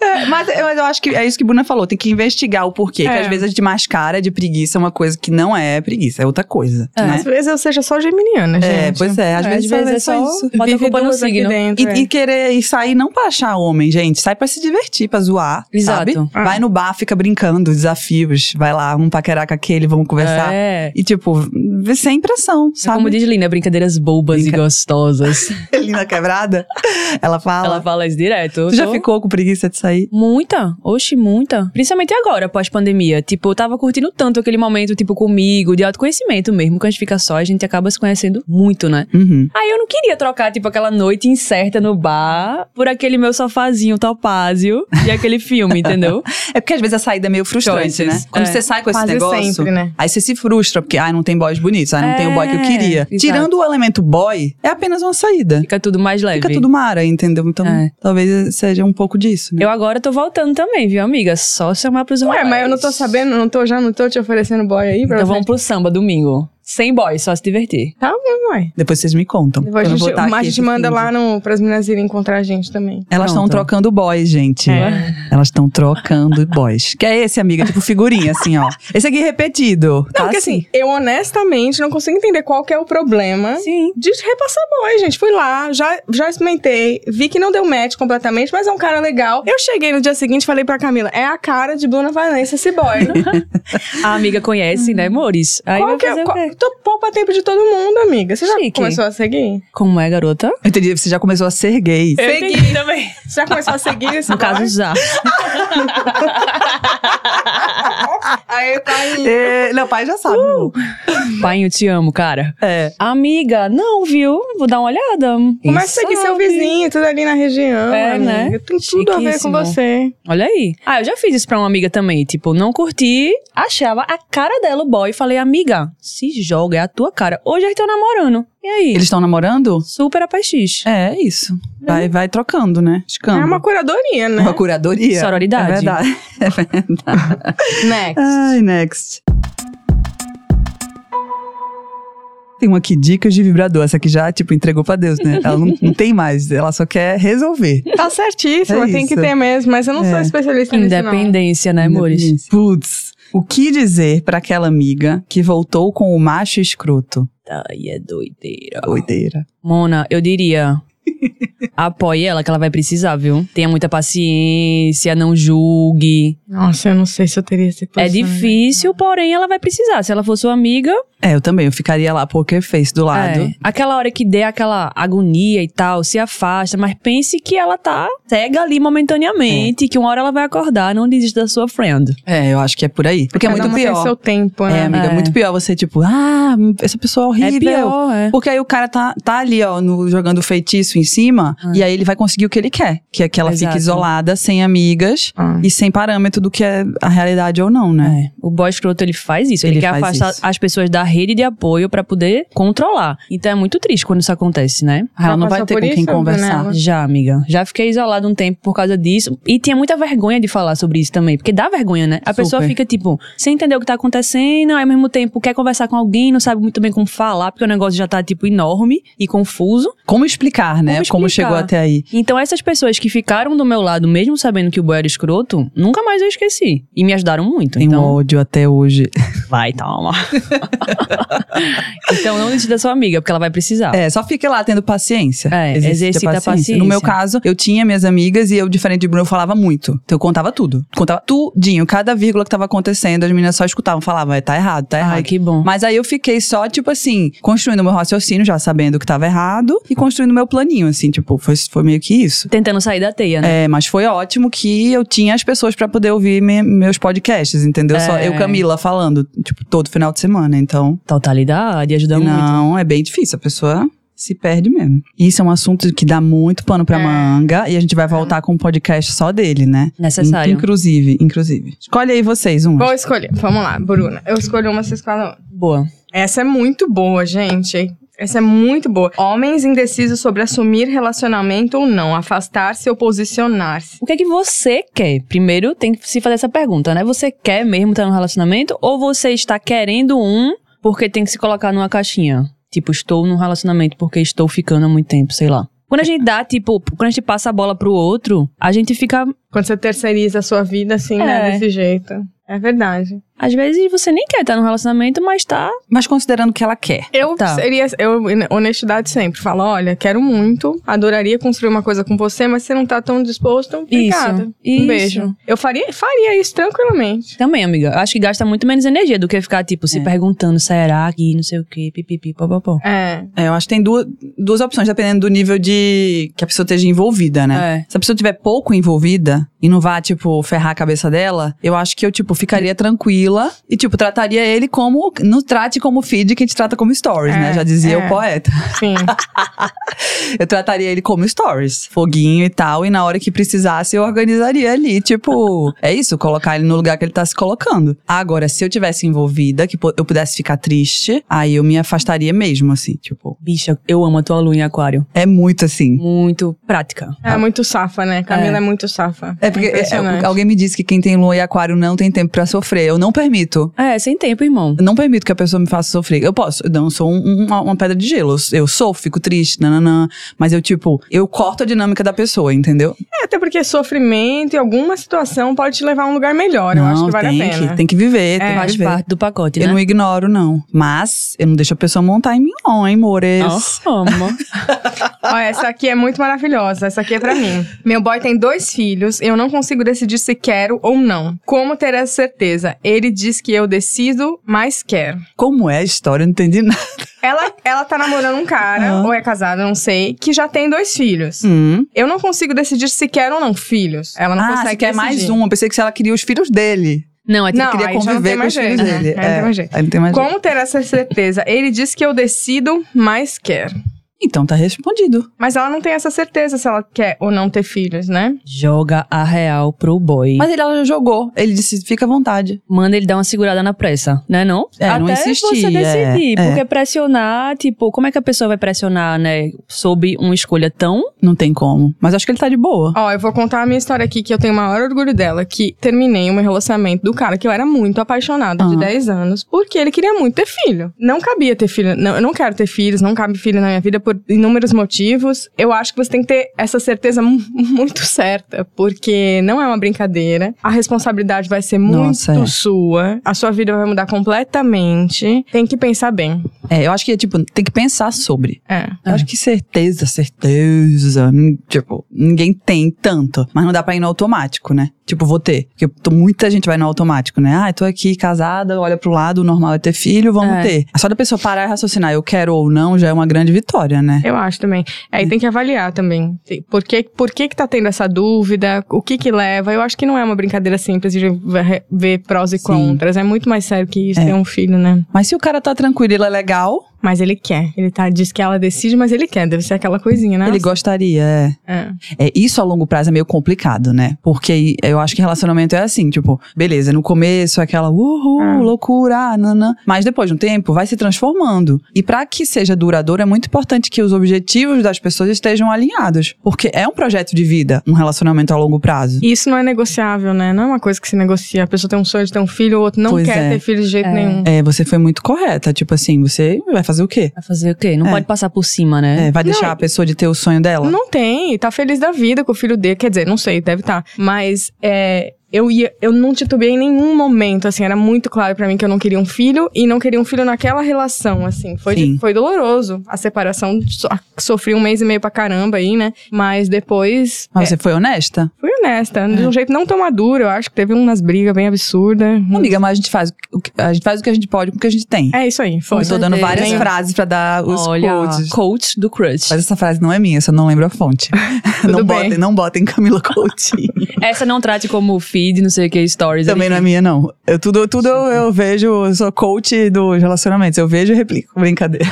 Speaker 1: É, mas, eu- mas eu acho que é isso que Bruna falou, tem que investigar o porquê. Que
Speaker 2: É.
Speaker 1: às vezes a gente mascara de preguiça uma coisa que não é preguiça, é outra coisa,
Speaker 3: É.
Speaker 1: né?
Speaker 2: Às vezes eu seja só geminiana, gente.
Speaker 1: É, pois é, às
Speaker 2: É,
Speaker 1: vezes, é só isso.
Speaker 3: Bota a
Speaker 2: Vive
Speaker 3: culpa no
Speaker 2: duas aqui
Speaker 3: signo.
Speaker 2: dentro,
Speaker 1: E,
Speaker 2: é.
Speaker 1: e querer e sair não pra achar homem, gente. Sai pra se divertir, pra zoar,
Speaker 3: Exato.
Speaker 1: sabe?
Speaker 2: Ah.
Speaker 1: Vai no bar, fica brincando, desafios. Vai lá, vamos paquerar com aquele, vamos conversar.
Speaker 3: É.
Speaker 1: E tipo, v- sem pressão, sabe? *laughs*
Speaker 3: Como diz Lina, brincadeiras bobas
Speaker 1: Tá Brinca-
Speaker 3: e gostosas.
Speaker 1: Lina Quebrada, *laughs* ela fala.
Speaker 3: Ela fala isso direto. Eu
Speaker 1: Tu já
Speaker 3: tô-
Speaker 1: ficou com preguiça de sair?
Speaker 3: Muita, oxe, muita. Principalmente agora, pós-pandemia. Tipo, eu tava curtindo tanto aquele momento, tipo, comigo, de autoconhecimento mesmo. Quando a gente fica só, a gente acaba se conhecendo
Speaker 2: *laughs*
Speaker 3: muito, né?
Speaker 1: Uhum.
Speaker 3: Aí eu não queria trocar, tipo, aquela noite incerta no bar por aquele meu sofazinho topázio e aquele
Speaker 2: *laughs*
Speaker 3: filme, entendeu?
Speaker 1: É porque às vezes a saída é meio frustrante, né?
Speaker 3: Choices.
Speaker 1: Quando
Speaker 3: É.
Speaker 1: você sai com esse
Speaker 2: Quase
Speaker 1: negócio,
Speaker 2: sempre, né?
Speaker 1: aí você se frustra, porque ai, não tem boys bonitos, ai, não tem o boy que eu
Speaker 3: É,
Speaker 1: queria.
Speaker 3: exato.
Speaker 1: Tirando o elemento boy, é apenas uma saída.
Speaker 3: Fica tudo mais leve.
Speaker 1: Fica tudo mara, entendeu? Então,
Speaker 3: É.
Speaker 1: talvez seja um pouco disso, né?
Speaker 3: Eu agora tô voltando também, viu, amiga? Só chamar pros
Speaker 2: Ué,
Speaker 3: rolês.
Speaker 2: mas eu não tô sabendo, não tô já, não tô te oferecendo boy aí pra
Speaker 3: Então
Speaker 2: você?
Speaker 3: vamos pro samba domingo. Sem boy, só se divertir.
Speaker 2: Tá bom, ué.
Speaker 1: Depois vocês me contam.
Speaker 2: Depois
Speaker 1: Eu não
Speaker 2: a gente,
Speaker 1: vou estar
Speaker 2: mas a
Speaker 1: aqui
Speaker 2: gente
Speaker 1: esse É,
Speaker 2: manda
Speaker 1: fim de-
Speaker 2: lá no, pras meninas irem encontrar a gente também.
Speaker 1: Elas estão
Speaker 3: Pronto.
Speaker 1: trocando boys, gente.
Speaker 2: É.
Speaker 1: Elas estão trocando boys. Que é esse, amiga? Tipo figurinha, assim, ó. Esse aqui repetido. tá?
Speaker 2: Não, porque assim, eu honestamente não consigo entender qual que é o problema
Speaker 3: Sim.
Speaker 2: de repassar boy, gente. Fui lá, já, já experimentei, vi que não deu match completamente, mas é um cara legal. Eu cheguei no dia seguinte e falei pra Camila, é
Speaker 1: *laughs*
Speaker 2: a cara de Bruna Valência esse boy.
Speaker 3: A amiga conhece, né, Mores? Aí
Speaker 2: Qual
Speaker 3: vai
Speaker 2: que é-
Speaker 3: fazer o
Speaker 2: qual-
Speaker 3: quê?
Speaker 2: to- poupa tempo de todo mundo, amiga. Você já
Speaker 3: Chique.
Speaker 2: começou a seguir?
Speaker 3: Como é, garota?
Speaker 1: Eu entendi, você já começou a ser gay.
Speaker 2: Eu
Speaker 3: Segui
Speaker 2: entendi. *laughs*
Speaker 3: também.
Speaker 2: Você já começou
Speaker 1: *laughs*
Speaker 2: a seguir esse
Speaker 3: No caso,
Speaker 2: boy?
Speaker 3: já.
Speaker 2: *laughs* Aí tá
Speaker 1: É, não, pai já sabe. amor.
Speaker 2: Uh!
Speaker 3: Pai, eu te amo, cara.
Speaker 1: É.
Speaker 3: Amiga, não, viu? Vou dar uma olhada.
Speaker 2: Começa a seguir seu vizinho, tudo ali na região.
Speaker 3: É,
Speaker 2: amiga.
Speaker 3: né?
Speaker 2: Tem tudo a ver com
Speaker 3: Chiquíssimo.
Speaker 2: você.
Speaker 3: Olha aí. Ah, eu já fiz isso pra uma amiga também. Tipo, não curti, achava a cara dela o boy. Falei, amiga, se joga, é a tua cara. Hoje eles estão namorando. E aí?
Speaker 1: Eles estão namorando? *laughs*
Speaker 3: Super apaixis.
Speaker 1: É, isso. Vai, vai trocando, né? Escambo.
Speaker 2: Uhum. É uma curadoria, né?
Speaker 1: Uma curadoria.
Speaker 3: Sororidade.
Speaker 1: É verdade. É verdade.
Speaker 2: Next.
Speaker 1: Ai, next. Tem uma aqui, dicas de vibrador. Essa aqui já, tipo, entregou pra Deus, né? Ela não, não tem mais, ela só quer resolver.
Speaker 2: Tá certíssima,
Speaker 1: É
Speaker 2: tem que
Speaker 1: isso.
Speaker 2: ter mesmo, mas eu não sou
Speaker 1: É.
Speaker 2: especialista nisso, não.
Speaker 3: *laughs* Independência, né, amores?
Speaker 1: Putz, o que dizer pra aquela amiga que voltou com o macho escroto?
Speaker 3: Ai, é doideira.
Speaker 1: Doideira.
Speaker 3: Mona, eu diria. Apoie ela que ela vai precisar, viu? Tenha muita paciência, não julgue.
Speaker 2: Nossa, eu não sei se eu teria esse
Speaker 3: é difícil, porém ela vai precisar. Se ela for sua amiga,
Speaker 1: É, eu também, eu ficaria lá, poker face do lado.
Speaker 3: É. Aquela hora que der aquela agonia e tal, se afasta, mas pense que ela tá cega ali momentaneamente, que uma hora ela vai acordar, não desista da sua friend.
Speaker 1: É, eu acho que é por aí. Porque é
Speaker 2: Cada
Speaker 1: muito
Speaker 2: uma Tem
Speaker 1: pior.
Speaker 2: seu tempo,
Speaker 1: É,
Speaker 2: né?
Speaker 1: amiga,
Speaker 3: É.
Speaker 1: muito pior você, tipo, ah, essa pessoa é horrível.
Speaker 3: é pior, é.
Speaker 1: Porque aí o cara tá, tá ali, ó, no, jogando feitiço em cima,
Speaker 3: Ah.
Speaker 1: e aí ele vai conseguir o que ele quer. Que é que ela
Speaker 3: Exato.
Speaker 1: fique isolada, sem amigas
Speaker 2: Ah.
Speaker 1: e sem parâmetro do que é a realidade ou não, né?
Speaker 3: É. O boy escroto, ele faz isso. Ele,
Speaker 1: Ele
Speaker 3: quer
Speaker 1: faz
Speaker 3: afastar
Speaker 1: isso.
Speaker 3: as pessoas da rede de apoio pra poder controlar. Então é muito triste quando isso acontece, né?
Speaker 1: Aí Ela
Speaker 2: Já
Speaker 1: não vai
Speaker 2: passou
Speaker 1: ter
Speaker 2: por
Speaker 1: com quem
Speaker 2: isso,
Speaker 1: conversar.
Speaker 2: Brunella?
Speaker 3: Já, amiga. Já fiquei isolada um tempo por causa disso. E tinha muita vergonha de falar sobre isso também. Porque dá vergonha, né? A
Speaker 1: Super.
Speaker 3: pessoa fica, tipo, sem entender o que tá acontecendo, aí ao mesmo tempo quer conversar com alguém, não sabe muito bem como falar, porque o negócio já tá, tipo, enorme e confuso.
Speaker 1: Como explicar, né?
Speaker 3: Como
Speaker 1: Como
Speaker 3: explicar?
Speaker 1: chegou até aí.
Speaker 3: Então, essas pessoas que ficaram do meu lado, mesmo sabendo que o boy era escroto, nunca mais eu esqueci. E me ajudaram muito.
Speaker 1: Tem um
Speaker 3: então,
Speaker 1: ódio até hoje.
Speaker 3: vai, toma. *laughs* então, não desista da sua amiga, porque ela vai precisar.
Speaker 1: É, só fica lá tendo paciência.
Speaker 3: Tá. É, exercita a paciência.
Speaker 1: No meu caso, eu tinha minhas amigas e eu, diferente de Bruno, eu falava muito. Então eu contava tudo. Contava tudinho, cada vírgula que tava acontecendo, as meninas só escutavam, falavam, "É, tá errado, tá errado.
Speaker 3: Ai, Ah, que bom.
Speaker 1: Mas aí eu fiquei só, tipo assim, construindo meu raciocínio, já sabendo que tava errado, e construindo meu planinho, assim, tipo, foi, foi meio que isso.
Speaker 3: Tentando sair da teia, né?
Speaker 1: É, mas foi ótimo que eu tinha as pessoas pra poder ouvir me- meus podcasts, entendeu? Só
Speaker 3: É.
Speaker 1: eu, Camila, falando, tipo, todo final de semana. Então,
Speaker 3: Totalidade, ajuda muito.
Speaker 1: não, é bem difícil, a pessoa se perde mesmo. Isso é um assunto que dá muito pano pra
Speaker 2: É.
Speaker 1: manga, e a gente vai voltar com um podcast só dele, né?
Speaker 3: Necessário.
Speaker 1: Inclusive, inclusive. Escolhe aí vocês um.
Speaker 2: Vou escolher. Vamos lá, Bruna. Eu escolho uma, vocês escolhem outra.
Speaker 3: Boa.
Speaker 2: Essa é muito boa, gente. Essa é muito boa. Homens indecisos sobre assumir relacionamento ou não, afastar-se ou posicionar-se.
Speaker 3: O que é que você quer? Primeiro tem que se fazer essa pergunta, né? Você quer mesmo estar num relacionamento ou você está querendo um porque tem que se colocar numa caixinha? Tipo, estou num relacionamento porque estou ficando há muito tempo, sei lá. Quando a gente dá, tipo, quando a gente passa a bola pro outro, a gente fica.
Speaker 2: Quando você terceiriza a sua vida assim,
Speaker 3: É.
Speaker 2: né, desse jeito. É verdade.
Speaker 3: Às vezes você nem quer estar num relacionamento, mas tá.
Speaker 1: Mas considerando que ela quer.
Speaker 2: Eu
Speaker 3: Tá.
Speaker 2: seria, eu, honestidade sempre, falo, olha, quero muito, adoraria construir uma coisa com você, mas você não tá tão disposto, obrigada.
Speaker 3: Isso.
Speaker 2: Um beijo. Eu faria, faria isso tranquilamente.
Speaker 3: Também, amiga. Eu Acho que gasta muito menos energia do que ficar, tipo, se
Speaker 1: É.
Speaker 3: perguntando, será que não sei o quê, pipipi, popopó.
Speaker 2: É.
Speaker 1: É, eu acho que tem duas, duas opções, dependendo do nível de que a pessoa esteja envolvida, né?
Speaker 3: É.
Speaker 1: Se a pessoa tiver pouco envolvida e não vá, tipo, ferrar a cabeça dela, eu acho que eu, tipo, ficaria tranquila e, tipo, trataria ele como. Não trate como feed que a gente trata como stories,
Speaker 2: É,
Speaker 1: né? Já dizia
Speaker 2: é.
Speaker 1: o poeta.
Speaker 2: Sim.
Speaker 1: Eu trataria ele como stories, foguinho e tal, e na hora que precisasse eu organizaria ali, tipo,
Speaker 2: *laughs*
Speaker 1: é isso, colocar ele no lugar que ele tá se colocando. Agora, se eu tivesse envolvida, que po- eu pudesse ficar triste, aí eu me afastaria mesmo, assim, tipo.
Speaker 3: Bicha, eu amo a tua lua em aquário.
Speaker 1: É muito assim.
Speaker 3: Muito prática.
Speaker 2: É muito safa, né? Camila é, muito safa.
Speaker 1: É porque é,
Speaker 2: Impressionante.
Speaker 1: alguém me disse que quem tem lua e aquário não tem tempo pra sofrer. Eu não permito.
Speaker 3: É, sem tempo, irmão.
Speaker 1: Eu não permito que a pessoa me faça sofrer. Eu posso, eu não sou um- um- uma, uma pedra de gelo. Eu- Eu sou, fico triste, nananã. Mas eu, tipo, eu corto a dinâmica da pessoa, entendeu?
Speaker 2: É, até porque sofrimento e alguma situação pode te levar a um lugar melhor. eu acho que vale
Speaker 1: tem
Speaker 2: a pena.
Speaker 1: Que, tem que viver,
Speaker 2: É,
Speaker 1: tem que
Speaker 3: Faz
Speaker 1: viver.
Speaker 3: parte do pacote,
Speaker 1: Eu
Speaker 3: né?
Speaker 1: não ignoro, não. Mas eu não deixo a pessoa montar em mim, Ai, mores.
Speaker 3: Oh, amo.
Speaker 1: *laughs*
Speaker 2: Ó, essa aqui é muito maravilhosa. Essa aqui é pra mim. Meu boy tem dois filhos. Eu não consigo decidir se quero ou não. Como ter essa certeza? Ele diz que eu decido, mas quero.
Speaker 1: Como é a história? Eu Não entendi nada.
Speaker 2: Ela, ela tá namorando um cara,
Speaker 1: Ah.
Speaker 2: ou é casada, não sei, que já tem dois filhos.
Speaker 1: Hum.
Speaker 2: Eu não consigo decidir se quero ou não filhos. Ela não
Speaker 1: ah,
Speaker 2: consegue
Speaker 1: você quer mais
Speaker 2: decidir.
Speaker 1: um. Eu pensei que se ela queria os filhos dele.
Speaker 3: Não, é
Speaker 1: Você
Speaker 2: Não,
Speaker 1: queria
Speaker 2: aí já não
Speaker 1: conviver
Speaker 2: tem
Speaker 1: com
Speaker 2: mais
Speaker 1: os filhos
Speaker 2: jeito, né?
Speaker 1: dele. É,
Speaker 2: Aí não tem mais jeito.
Speaker 1: Aí não tem mais jeito.
Speaker 2: Como ter essa certeza? Ele diz que eu decido, mas quer.
Speaker 1: Então tá respondido.
Speaker 2: Mas ela não tem essa certeza se ela quer ou não ter filhos, né?
Speaker 3: Joga a real pro boy.
Speaker 1: Mas ele ela jogou. Ele disse, fica à vontade.
Speaker 3: manda ele dar uma segurada na pressa, né não?
Speaker 1: É,
Speaker 3: Até
Speaker 1: não insistir,
Speaker 3: você decidir,
Speaker 1: é, é.
Speaker 3: porque pressionar, tipo, como é que a pessoa vai pressionar, né, sob uma escolha tão...
Speaker 1: Não tem como. Mas acho que ele tá de boa.
Speaker 2: Ó, eu vou contar a minha história aqui, que eu tenho o maior orgulho dela, que terminei um relacionamento do cara que eu era muito apaixonada, de
Speaker 1: Ah.
Speaker 2: 10 anos, porque ele queria muito ter filho. Não cabia ter filho, não, eu não quero ter filhos, não cabe filho na minha vida por inúmeros motivos. Eu acho que você tem que ter essa certeza mu- *laughs* muito certa, porque não é uma brincadeira. A responsabilidade vai ser muito
Speaker 1: Nossa, é.
Speaker 2: sua, a sua vida vai mudar completamente. Tem que pensar bem.
Speaker 1: É, eu acho que é tipo, tem que pensar sobre.
Speaker 2: É.
Speaker 1: Eu acho que certeza, certeza. hum, Tipo, ninguém tem tanto. Mas não dá pra ir no automático, né? Tipo, vou ter. Porque tô- muita gente vai no automático, né? Ah, eu tô aqui casada, olha pro lado, o normal é ter filho, vamos
Speaker 3: É.
Speaker 1: ter. Só da pessoa parar e raciocinar, eu quero ou não, já é uma grande vitória, né?
Speaker 2: Eu acho também. É, e tem que avaliar também. Tem- Por que, por que que tá tendo essa dúvida? O que que leva? Eu acho que não é uma brincadeira simples de ver- ver prós e
Speaker 1: Sim.
Speaker 2: contras. É muito mais sério que isso,
Speaker 1: É.
Speaker 2: ter um filho, né?
Speaker 1: Mas se o cara tá tranquilo, ele é legal,
Speaker 2: Mas ele quer. Ele tá, diz que ela decide, mas ele quer. Deve ser aquela coisinha, né?
Speaker 1: ele gostaria, é.
Speaker 2: É.
Speaker 1: É, isso a longo prazo é meio complicado, né? Porque eu acho que relacionamento é assim, tipo, beleza, no começo é aquela uhul,
Speaker 2: Ah.
Speaker 1: loucura, ah, nanã. Mas depois de um tempo vai se transformando. E pra que seja duradouro, é muito importante que os objetivos das pessoas estejam alinhados. Porque é um projeto de vida, um relacionamento a longo prazo.
Speaker 2: E isso não é negociável, né? Não é uma coisa que se negocia. A pessoa tem um sonho de ter um filho, o outro não
Speaker 1: Pois
Speaker 2: quer
Speaker 1: é.
Speaker 2: ter filho de jeito
Speaker 3: É.
Speaker 2: nenhum.
Speaker 1: É, você foi muito correta. Tipo assim, você vai fazer o quê?
Speaker 3: Vai fazer o quê? Não
Speaker 1: É.
Speaker 3: pode passar por cima, né?
Speaker 1: É, vai
Speaker 2: Não,
Speaker 1: deixar a pessoa de ter o sonho dela?
Speaker 2: Não tem, tá feliz da vida com o filho dele. Quer dizer, não sei, deve estar. Mas é, eu, ia, eu não titubeei em nenhum momento, assim, era muito claro pra mim que eu não queria um filho e não queria um filho naquela relação, assim. Foi,
Speaker 1: Sim.
Speaker 2: foi doloroso. A separação so- sofri um mês e meio pra caramba aí, né? Mas depois.
Speaker 1: Mas
Speaker 2: é,
Speaker 1: Ah, você foi honesta?
Speaker 2: fui honesta, de um jeito não tão maduro. Eu acho que teve umas brigas bem absurdas.
Speaker 1: Amiga, mas a gente faz o que, a gente faz o que a gente pode com o que a gente tem.
Speaker 2: É isso aí, foi.
Speaker 1: Eu tô dando
Speaker 3: certeza.
Speaker 1: várias
Speaker 2: Nem-
Speaker 1: frases pra dar os
Speaker 3: Olha,
Speaker 1: quotes.
Speaker 3: coach do crush.
Speaker 1: Mas essa frase não é minha, eu só não lembro a
Speaker 3: *laughs*
Speaker 1: fonte.
Speaker 2: Tudo
Speaker 1: não
Speaker 2: bem.
Speaker 1: botem, não botem Camila Coutinho.
Speaker 3: Essa não trate como feed, não sei o que, stories.
Speaker 1: Também não é minha, não. Eu tudo, tudo eu, eu vejo, eu sou coach dos relacionamentos. Eu vejo e replico. Brincadeira.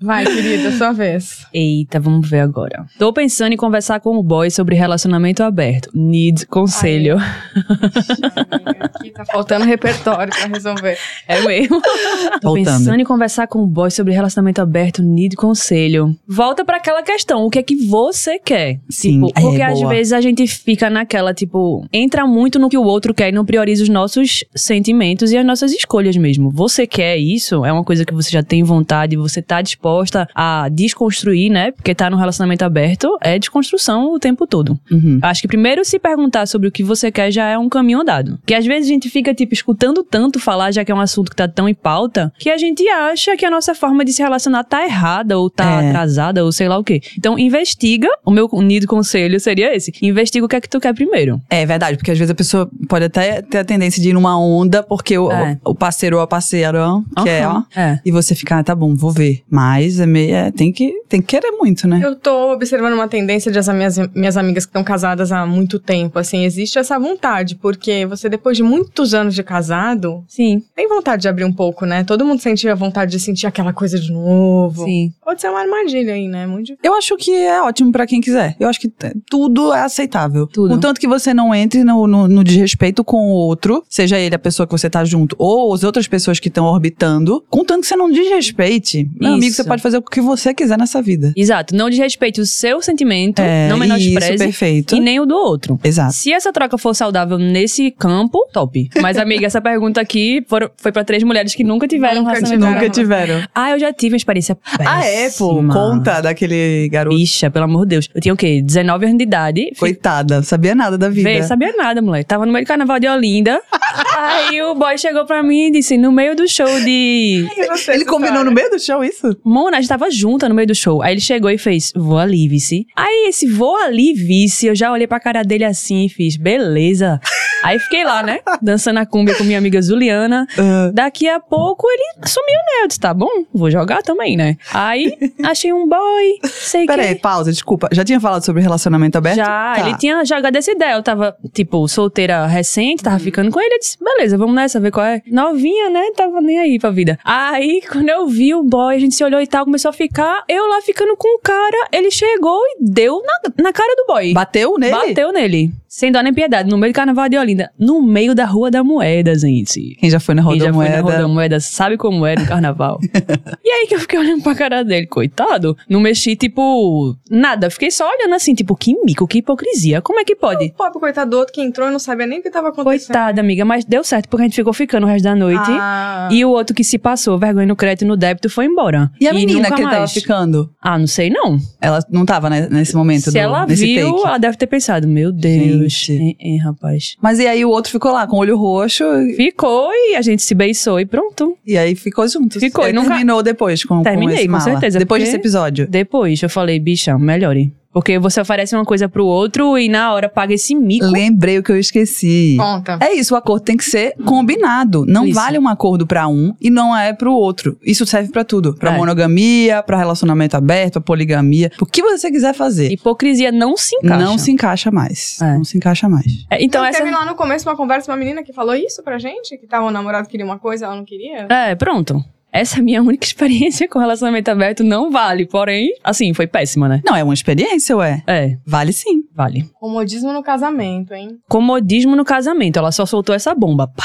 Speaker 2: Vai, querida, sua vez.
Speaker 3: Eita, vamos ver agora. Tô pensando em conversar com o boy sobre relacionamento aberto. Need conselho.
Speaker 2: Aqui tá faltando repertório pra resolver.
Speaker 3: É mesmo. Tô
Speaker 1: Voltando.
Speaker 3: pensando em conversar com o boy sobre relacionamento aberto, need conselho. Volta pra aquela questão, o que é que você quer?
Speaker 1: Sim,
Speaker 3: Tipo,
Speaker 1: é,
Speaker 3: porque às
Speaker 1: boa.
Speaker 3: vezes a gente fica naquela, tipo, entra muito no que o outro quer e não prioriza os nossos sentimentos e as nossas escolhas mesmo. Você quer isso? É uma coisa que você já tem vontade, você tá disposta a desconstruir, né? Porque tá num relacionamento aberto, é desconstrução o tempo todo.
Speaker 1: Uhum.
Speaker 3: Acho que primeiro se perguntar sobre o que você quer já é um caminho andado. Porque às vezes a gente fica, tipo, escutando tanto falar, já que é um assunto que tá tão em pauta, que a gente acha que a nossa forma de se relacionar tá errada, ou tá
Speaker 1: É.
Speaker 3: atrasada, ou sei lá o quê. Então, investiga. O meu unido conselho seria esse. Investiga o que é que tu quer primeiro.
Speaker 1: É verdade, porque às vezes a pessoa pode até ter a tendência de ir numa onda, porque o,
Speaker 3: É.
Speaker 1: o parceiro ou a parceira quer, ó.
Speaker 3: Aham. É.
Speaker 1: E você fica, ah, tá bom, vou ver. Mas é meio, é, tem, que, tem que querer muito, né?
Speaker 2: Eu tô observando uma tendência de as minhas, minhas amigas que estão casadas há muito tempo, assim, existe essa vontade, porque você depois de muitos anos de casado,
Speaker 3: Sim,
Speaker 2: tem vontade de abrir um pouco, né? Todo mundo sentia vontade de sentir aquela coisa de novo.
Speaker 3: sim.
Speaker 2: Pode ser uma armadilha aí, né? Muito difícil.
Speaker 1: Eu acho que é ótimo pra quem quiser. Eu acho que t- tudo é aceitável.
Speaker 3: Tudo.
Speaker 1: Contanto que você não entre no, no- no desrespeito com o outro, seja ele a pessoa que você tá junto ou as outras pessoas que estão orbitando. Contanto que você não desrespeite. Meu amigo,
Speaker 3: Isso.
Speaker 1: você pode fazer o que você quiser nessa vida.
Speaker 3: Exato. Não desrespeite o seu sentimento,
Speaker 1: É,
Speaker 3: não
Speaker 1: Isso,
Speaker 3: menospreze.
Speaker 1: perfeito.
Speaker 3: E nem o do outro.
Speaker 1: Exato.
Speaker 3: Se essa troca for saudável nesse campo, top. Mas, amiga, essa pergunta aqui for- foi pra três mulheres que nunca tiveram
Speaker 2: Nunca
Speaker 3: relacionamento.
Speaker 2: tiveram.
Speaker 1: Nunca tiveram.
Speaker 3: Ah, eu já tive uma experiência péssima.
Speaker 1: Ah, é, pô. Conta daquele garoto.
Speaker 3: Bicha, pelo amor de Deus. Eu tinha o quê? 19 anos de idade. Fiquei
Speaker 1: Coitada, não sabia nada da vida.
Speaker 3: Vê, sabia nada, moleque. Tava no meio do carnaval
Speaker 2: *laughs*
Speaker 3: de Olinda. aí o boy chegou pra mim e disse: no meio do show de.
Speaker 1: Ele combinou no meio do chão isso?
Speaker 3: Mona, a gente tava junta no meio do show. Aí ele chegou e fez: vou ali, vice. Aí esse vou ali, vice, eu já olhei pra cara dele assim e fiz: beleza. Aí fiquei lá, né? Dançando a cumbia com minha amiga Juliana.
Speaker 1: Ah,
Speaker 3: Daqui a pouco ele sumiu, né? Eu disse: tá bom, vou jogar também, né? Aí achei um boy, sei que.
Speaker 1: peraí, pausa, desculpa. Já tinha falado sobre relacionamento aberto?
Speaker 3: Já,
Speaker 1: Tá.
Speaker 3: ele tinha jogado essa ideia. Eu tava, tipo, solteira recente,
Speaker 1: Uhum.
Speaker 3: tava ficando com ele. Eu disse, beleza, vamos nessa, ver qual é. Novinha, né? Tava nem aí pra vida. Aí, quando eu vi o boy, a gente se olhou e tal, começou a ficar. Eu lá ficando com o cara, ele chegou e deu na, na cara do boy.
Speaker 1: Bateu nele?
Speaker 3: Bateu nele. Sem dó nem piedade, no meio do carnaval de Olinda. No meio da Rua da Moeda, gente.
Speaker 1: Quem já foi na
Speaker 3: Quem já foi na
Speaker 1: rodomoeda?
Speaker 3: Roda Moeda sabe como era
Speaker 1: *laughs*
Speaker 3: o carnaval. e aí que eu fiquei olhando pra cara dele, coitado. Não mexi, tipo, nada. Fiquei só olhando assim, tipo, que mico, que hipocrisia. Como é que pode?
Speaker 2: pobre coitado do outro que entrou e não sabia nem o que tava acontecendo.
Speaker 3: Coitada, amiga, mas deu certo porque a gente ficou ficando o resto da noite.
Speaker 2: Ah.
Speaker 3: E o outro que se passou, vergonha no crédito e no débito, foi embora.
Speaker 1: E a menina
Speaker 3: nunca
Speaker 1: que ele tava
Speaker 3: mais.
Speaker 1: ficando?
Speaker 3: Ah, não sei não.
Speaker 1: Ela não tava né, nesse momento,
Speaker 3: Se
Speaker 1: do-
Speaker 3: ela
Speaker 1: nesse
Speaker 3: viu,
Speaker 1: take.
Speaker 3: ela deve ter pensado, meu Deus,
Speaker 1: Gente.
Speaker 3: hein, hein, rapaz.
Speaker 1: Mas e aí o outro ficou lá com o olho roxo
Speaker 3: Ficou e a gente se beiçou e pronto.
Speaker 1: e aí ficou junto.
Speaker 3: Ficou,
Speaker 1: E
Speaker 3: e nunca-
Speaker 1: terminou depois com,
Speaker 3: Terminei,
Speaker 1: com esse
Speaker 3: com
Speaker 1: mala.
Speaker 3: certeza,
Speaker 1: Depois
Speaker 3: porque-
Speaker 1: desse episódio.
Speaker 3: Depois eu falei, bicha, melhore. Porque você oferece uma coisa pro outro e na hora paga esse mico.
Speaker 1: Lembrei o que eu esqueci.
Speaker 2: Conta.
Speaker 1: É isso, o acordo tem que ser combinado. Não
Speaker 3: Isso.
Speaker 1: vale um acordo pra um e não é pro outro. Isso serve pra tudo, Pra
Speaker 3: É.
Speaker 1: monogamia, pra relacionamento aberto, pra poligamia, o que você quiser fazer.
Speaker 3: Hipocrisia não se encaixa.
Speaker 1: Não se encaixa mais.
Speaker 3: É.
Speaker 1: Não se encaixa mais.
Speaker 3: É, então
Speaker 2: Então,
Speaker 3: essa
Speaker 2: Teve lá no começo uma conversa, uma menina que falou isso pra gente, que tava o namorado queria uma coisa, ela não queria.
Speaker 3: É, pronto. Essa é minha *laughs* única experiência com relacionamento aberto não vale, porém, assim, foi péssima, né?
Speaker 1: Não é uma experiência, ué.
Speaker 3: É,
Speaker 1: Vale sim.
Speaker 3: vale.
Speaker 2: Comodismo no casamento, hein?
Speaker 3: Comodismo no casamento, ela só soltou essa bomba. Pá,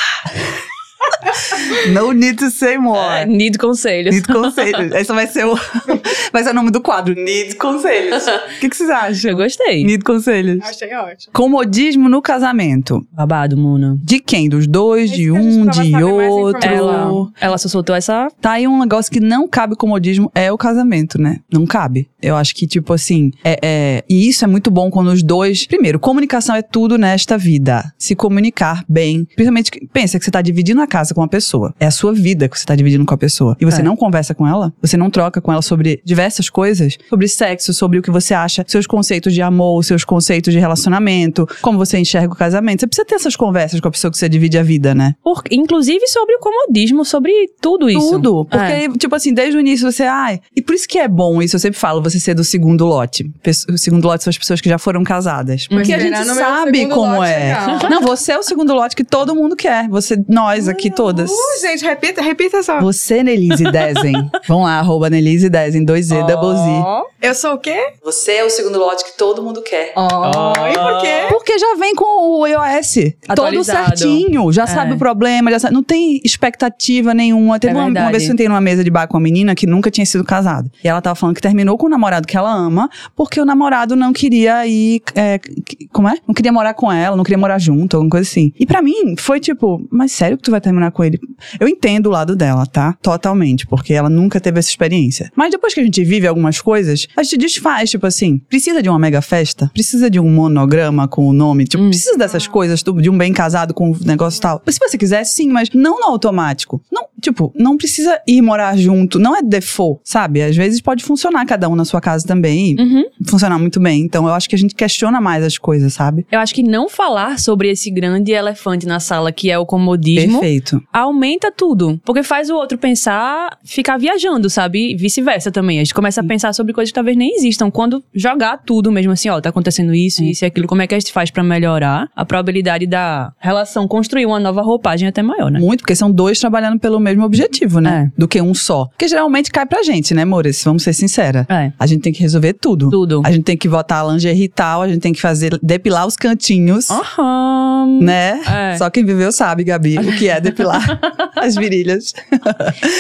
Speaker 1: No need to say
Speaker 2: É.
Speaker 1: more.
Speaker 3: need conselhos.
Speaker 1: É. Need conselhos. Essa vai ser o. *laughs* vai ser o nome do quadro. Need conselhos. O que, que vocês
Speaker 3: Eu
Speaker 1: acham?
Speaker 3: gostei.
Speaker 1: Need conselhos.
Speaker 2: Achei ótimo.
Speaker 1: Comodismo no casamento.
Speaker 3: Babado, Mona.
Speaker 1: De quem? Dos dois,
Speaker 2: É
Speaker 1: de
Speaker 2: isso que a gente
Speaker 1: um,
Speaker 2: precisava
Speaker 1: de
Speaker 2: saber mais
Speaker 1: outro.
Speaker 3: Ela, ela só soltou essa.
Speaker 1: Tá aí um negócio que não cabe comodismo, é o casamento, né? Não cabe. Eu acho que, tipo assim, é, é- e isso é muito bom quando os dois. Primeiro, comunicação é tudo nesta vida. Se comunicar bem. Principalmente, que- pensa que você tá dividindo a casa com uma pessoa. É a sua vida que você tá dividindo com a pessoa. E você
Speaker 3: É.
Speaker 1: não conversa com ela, você não troca com ela sobre diversas coisas, sobre sexo, sobre o que você acha, seus conceitos de amor, seus conceitos de relacionamento, como você enxerga o casamento. Você precisa ter essas conversas com a pessoa que você divide a vida, né?
Speaker 3: Por, inclusive sobre o comodismo, sobre tudo isso.
Speaker 1: Tudo. Porque,
Speaker 3: É.
Speaker 1: tipo assim, desde o início você, ai. E por isso que é bom isso, eu sempre falo, você ser do segundo lote. Pesso- O segundo lote são as pessoas que já foram casadas. Porque a
Speaker 2: Uhum.
Speaker 1: gente
Speaker 2: Será no meu
Speaker 1: sabe
Speaker 2: segundo
Speaker 1: como
Speaker 2: lote,
Speaker 1: é. *laughs*
Speaker 2: legal.
Speaker 1: Não, você é o segundo lote que todo mundo quer. Você, nós aqui todas.
Speaker 2: Uh, gente, repita, repita essa.
Speaker 1: Você, Nelise *laughs* Dezen. Vão lá, arroba Nelise Dezen, 2Z, double Z.
Speaker 2: Ó. Eu sou o quê?
Speaker 1: Você é o segundo lote que todo mundo quer.
Speaker 2: Ó.
Speaker 3: Ó.
Speaker 2: E por quê?
Speaker 1: Porque já vem com o iOS todo
Speaker 3: É. Atualizado. É.
Speaker 1: certinho, já sabe o problema, já sabe, não tem expectativa nenhuma. Teve
Speaker 3: É
Speaker 1: uma, uma
Speaker 3: verdade.
Speaker 1: vez que eu sentei numa mesa de bar com uma menina que nunca tinha sido casada. E ela tava falando que terminou com o namorado que ela ama, porque o namorado não queria ir. é, que- como é? Não queria morar com ela, não queria morar junto, alguma coisa assim. E pra mim, foi tipo, mas sério que tu vai terminar com ele? Eu entendo o lado dela, tá? Totalmente, porque ela nunca teve essa experiência. Mas depois que a gente vive algumas coisas, a gente desfaz, tipo assim, precisa de uma mega festa? Precisa de um monograma com o nome? Tipo,
Speaker 3: Hum.
Speaker 1: precisa dessas coisas, tu- de um bem casado com um negócio e tal? Mas se você quiser, sim, mas não no automático. Não, tipo, não precisa ir morar junto, não é default, sabe? Às vezes pode funcionar cada um na sua casa também e
Speaker 3: Uhum.
Speaker 1: funcionar muito bem. Então eu acho que a gente questiona mais as coisas, sabe?
Speaker 3: Eu acho que não falar sobre esse grande elefante na sala que é o comodismo
Speaker 1: Perfeito.
Speaker 3: aumenta tudo. Porque faz o outro pensar, ficar viajando, sabe? E Vice-versa também. A gente começa a pensar sobre coisas que talvez nem existam. Quando jogar tudo mesmo assim, ó, tá acontecendo isso, isso e aquilo, como é que a gente faz pra melhorar? A probabilidade da relação construir uma nova roupagem é até maior, né?
Speaker 1: Muito, porque são dois trabalhando pelo mesmo objetivo, né?
Speaker 3: É.
Speaker 1: Do que um só. Porque geralmente cai pra gente, né, Mores? Vamos ser sincera.
Speaker 3: É.
Speaker 1: A gente tem que resolver tudo.
Speaker 3: Tudo.
Speaker 1: A gente tem que botar a lingerie tal, a gente tem que fazer depilar os cantinhos,
Speaker 3: Aham.
Speaker 1: né?
Speaker 3: Ah, É.
Speaker 1: Só quem viveu sabe, Gabi, o que é
Speaker 3: *laughs*
Speaker 1: depilar as virilhas.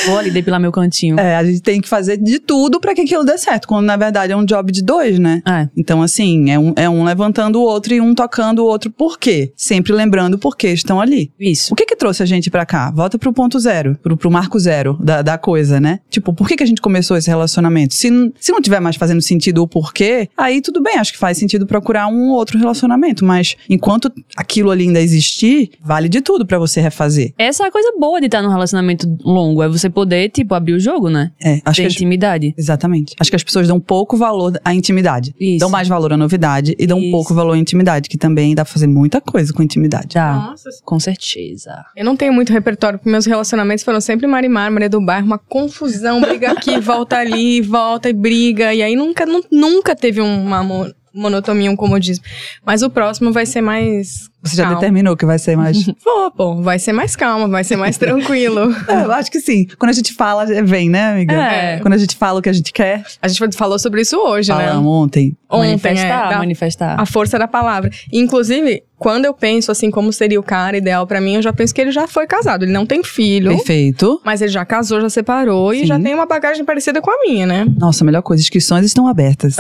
Speaker 3: Vou ali depilar meu cantinho.
Speaker 1: É, a gente tem que fazer de tudo pra que aquilo dê certo, quando na verdade é um job de dois, né?
Speaker 3: É.
Speaker 1: Então, assim, é um, é um levantando o outro e um tocando o outro por quê? Sempre lembrando por que estão ali.
Speaker 3: Isso.
Speaker 1: O que que trouxe a gente pra cá? Volta pro ponto zero, pro, pro marco zero da, da coisa, né? Tipo, por que que a gente começou esse relacionamento? Se, n- se não tiver mais fazendo sentido o porquê, aí tudo bem, acho que faz sentido procurar um outro relacionamento, mas enquanto aquilo ali ainda existir, vale de tudo pra você refazer.
Speaker 3: Essa é a coisa boa de estar num relacionamento longo, é você poder, tipo, abrir o jogo, né?
Speaker 1: É, acho
Speaker 3: Ter
Speaker 1: que a
Speaker 3: intimidade.
Speaker 1: Exatamente. Acho que as pessoas dão pouco valor à intimidade.
Speaker 3: Isso.
Speaker 1: Dão mais valor à novidade e dão
Speaker 3: Isso.
Speaker 1: pouco valor à intimidade, que também dá pra fazer muita coisa com intimidade.
Speaker 3: Tá.
Speaker 2: Nossa
Speaker 3: Com certeza.
Speaker 2: Ah. Eu não tenho muito repertório, porque meus relacionamentos foram sempre Marimar, Maria do Bairro, uma confusão, briga *laughs* aqui, volta ali, volta e briga. E aí nunca, nu- nunca teve um, uma mo- monotonia, um comodismo. Mas o próximo vai ser mais.
Speaker 1: Você já
Speaker 2: calmo.
Speaker 1: determinou que vai ser
Speaker 3: *laughs*
Speaker 1: mais.
Speaker 2: Vou, pô, vai ser mais calmo, vai ser *laughs* mais tranquilo.
Speaker 1: É, eu acho que sim. Quando a gente fala, vem, né, amiga?
Speaker 3: É.
Speaker 1: Quando a gente fala o que a gente quer.
Speaker 2: A gente falou sobre isso hoje, né?
Speaker 1: Falamos ontem.
Speaker 2: Ontem, é,
Speaker 3: manifestar,
Speaker 2: da-
Speaker 3: manifestar.
Speaker 2: a força da palavra. Inclusive, quando eu penso assim, como seria o cara ideal pra mim, eu já penso que ele já foi casado. Ele não tem filho,
Speaker 1: Perfeito.
Speaker 2: mas ele já casou, já separou e
Speaker 1: Sim.
Speaker 2: já tem uma bagagem parecida com a minha, né?
Speaker 1: Nossa, a melhor coisa, inscrições estão abertas.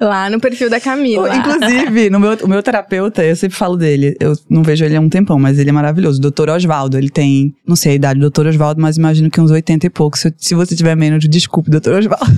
Speaker 2: Lá no perfil da Camila.
Speaker 1: Oh, Inclusive, no meu, o meu terapeuta, eu sempre falo dele. Eu não vejo ele há um tempão, mas ele é maravilhoso. Doutor Oswaldo, ele tem, não sei a idade do Dr. Oswaldo, mas imagino que uns 80 e pouco. Se, eu- se você tiver menos, desculpe, Dr. Oswaldo. *laughs*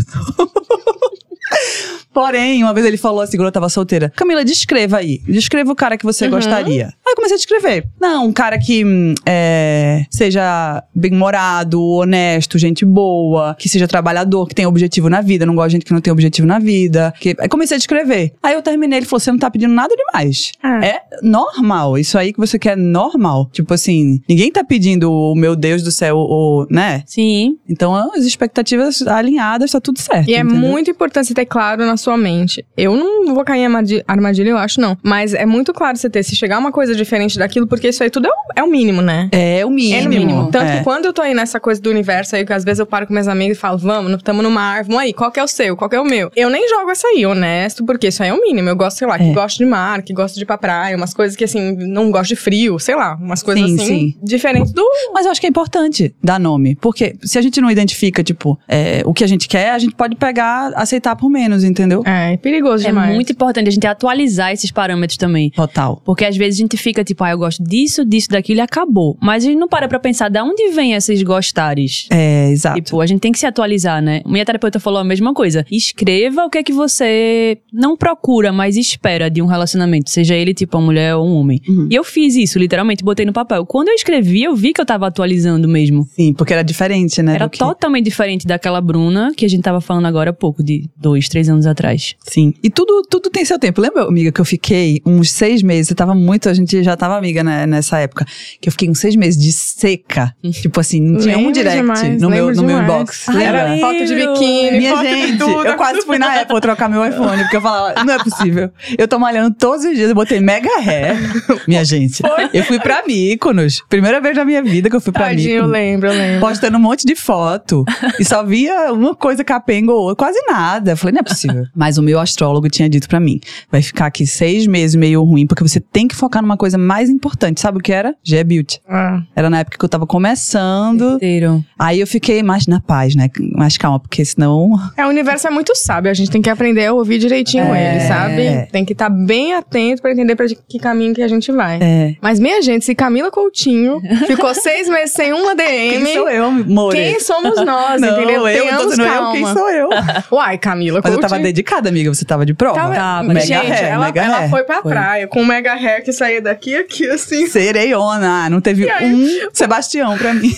Speaker 1: Porém, uma vez ele falou assim, quando eu tava solteira, Camila, descreva aí. Descreva o cara que você gostaria. Aí Ah, eu comecei a descrever. Não, um cara que hum, é, seja bem-humorado, honesto, gente boa, que seja trabalhador, que tenha objetivo na vida. Eu não gosto de gente que não tem objetivo na vida. Que... Aí comecei a descrever. Aí eu terminei, ele falou, você não tá pedindo nada demais.
Speaker 2: Ah.
Speaker 1: É normal. Isso aí que você quer é normal. Tipo assim, ninguém tá pedindo o meu Deus do céu, o, né?
Speaker 3: Sim.
Speaker 1: Então as expectativas alinhadas, tá tudo certo.
Speaker 2: E é
Speaker 1: entendeu?
Speaker 2: muito importante você ter claro na sua mente. Eu não vou cair em armadi- armadilha, eu acho, não. Mas é muito claro você ter, se chegar uma coisa diferente daquilo, porque isso aí tudo é o, é o mínimo, né?
Speaker 1: É o mínimo.
Speaker 2: É no mínimo. Tanto
Speaker 1: É.
Speaker 2: que quando eu tô aí nessa coisa do universo aí, que às vezes eu paro com meus amigos e falo, vamos, no- tamo numa árvore, vamos aí, qual que é o seu, qual que é o meu? Eu nem jogo essa aí, honesto, porque isso aí é o mínimo. Eu gosto, sei lá, que
Speaker 1: É.
Speaker 2: gosto de mar, que gosto de ir pra praia, umas coisas que assim, não gosto de frio, sei lá, umas coisas
Speaker 1: Sim,
Speaker 2: assim,
Speaker 1: sim.
Speaker 2: diferentes do.
Speaker 1: Mas eu acho que é importante dar nome. Porque se a gente não identifica, tipo, é, o que a gente quer, a gente pode pegar, aceitar por menos, entendeu?
Speaker 2: É, é perigoso
Speaker 3: É
Speaker 2: demais.
Speaker 3: muito importante a gente atualizar esses parâmetros também.
Speaker 1: Total.
Speaker 3: Porque às vezes a gente fica tipo, ah, eu gosto disso, disso, daquilo e acabou. Mas a gente não para pra pensar de onde vem esses gostares.
Speaker 1: É, exato.
Speaker 3: Tipo, a gente tem que se atualizar, né? Minha terapeuta falou a mesma coisa. Escreva o que é que você não procura, mas espera de um relacionamento, seja ele tipo uma mulher ou um homem.
Speaker 1: Uhum.
Speaker 3: E eu fiz isso, literalmente, botei no papel. Quando eu escrevi, eu vi que eu tava atualizando mesmo.
Speaker 1: Sim, porque era diferente, né?
Speaker 3: Era
Speaker 1: do que-
Speaker 3: totalmente diferente daquela Bruna que a gente tava falando agora há pouco, de dois, três anos atrás.
Speaker 1: Sim. E tudo, tudo tem seu tempo. Lembra, amiga, que eu fiquei uns seis meses, eu tava muito, a gente já tava amiga né, nessa época, que eu fiquei uns seis meses de seca. tipo assim, não tinha um
Speaker 2: Hum. Lembro
Speaker 1: direct
Speaker 2: demais,
Speaker 1: no, meu,
Speaker 2: lembro
Speaker 1: no meu
Speaker 2: demais.
Speaker 1: inbox.
Speaker 3: Ai,
Speaker 1: Lembra?
Speaker 2: Era
Speaker 3: Meu
Speaker 2: foto de biquíni,
Speaker 1: Minha
Speaker 2: foto de
Speaker 1: gente,
Speaker 2: tudo.
Speaker 1: eu quase fui na Apple trocar meu iPhone, porque eu falava, não é possível. Eu tô malhando todos os dias, eu botei mega ré.
Speaker 2: *laughs*
Speaker 1: Minha gente, eu fui pra Mykonos. Primeira vez na minha vida que eu fui pra
Speaker 2: Tadinho, eu
Speaker 1: Mykonos.
Speaker 2: lembro, eu lembro.
Speaker 1: Postando um monte de foto. E só via uma coisa capenga ou outra, quase nada. Eu falei, não é possível. Mas o meu astrólogo tinha dito pra mim: vai ficar aqui seis meses meio ruim, porque você tem que focar numa coisa mais importante. Sabe o que era? G-Beauty.
Speaker 2: Ah.
Speaker 1: Era na época que eu tava começando.
Speaker 3: Inteiro.
Speaker 1: Aí eu fiquei mais na paz, né? Mais calma, porque senão
Speaker 2: É, o universo é muito sábio, a gente tem que aprender a ouvir direitinho
Speaker 1: É.
Speaker 2: ele, sabe? Tem que estar bem atento pra entender pra que caminho que a gente vai.
Speaker 1: É.
Speaker 2: Mas, minha gente, se Camila Coutinho
Speaker 1: *laughs*
Speaker 2: ficou seis meses sem uma DM,
Speaker 1: Quem
Speaker 2: quem,
Speaker 1: sou eu, More?
Speaker 2: somos nós,
Speaker 1: não,
Speaker 2: entendeu?
Speaker 1: eu, tô
Speaker 2: Tenhamos
Speaker 1: dizendo eu,
Speaker 2: calma.
Speaker 1: quem sou
Speaker 2: *laughs*
Speaker 1: eu?
Speaker 2: Uai, Camila
Speaker 1: Mas eu
Speaker 2: Coutinho.
Speaker 1: tava dedicada, amiga, você tava de prova.
Speaker 2: Tava-
Speaker 3: Tava,
Speaker 1: mega
Speaker 2: gente,
Speaker 1: hair,
Speaker 2: ela,
Speaker 1: mega
Speaker 2: ela
Speaker 1: hair.
Speaker 2: foi pra
Speaker 3: Foi.
Speaker 2: praia com um mega hair que saía daqui e aqui, assim.
Speaker 1: Sereiona, não teve
Speaker 2: E aí?
Speaker 1: um Sebastião pra mim.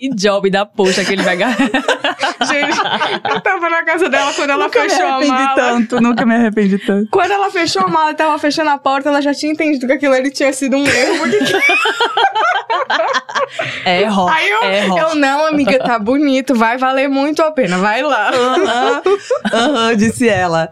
Speaker 3: E job da poxa, aquele mega. *laughs*
Speaker 2: Gente, eu tava na casa dela quando ela
Speaker 1: nunca me
Speaker 2: fechou a
Speaker 1: arrependi
Speaker 2: mala.
Speaker 1: tanto, nunca me arrependi tanto.
Speaker 2: *laughs* Quando ela fechou a mala e tava fechando a porta, ela já tinha entendido que aquilo ali tinha sido um erro. Porque...
Speaker 1: *laughs*
Speaker 3: é rock.
Speaker 2: Aí eu,
Speaker 3: É, rock.
Speaker 2: eu, não, amiga, tá
Speaker 1: Ah,
Speaker 2: bonito, vai valer muito a pena, vai lá.
Speaker 1: Aham, aham, disse ela.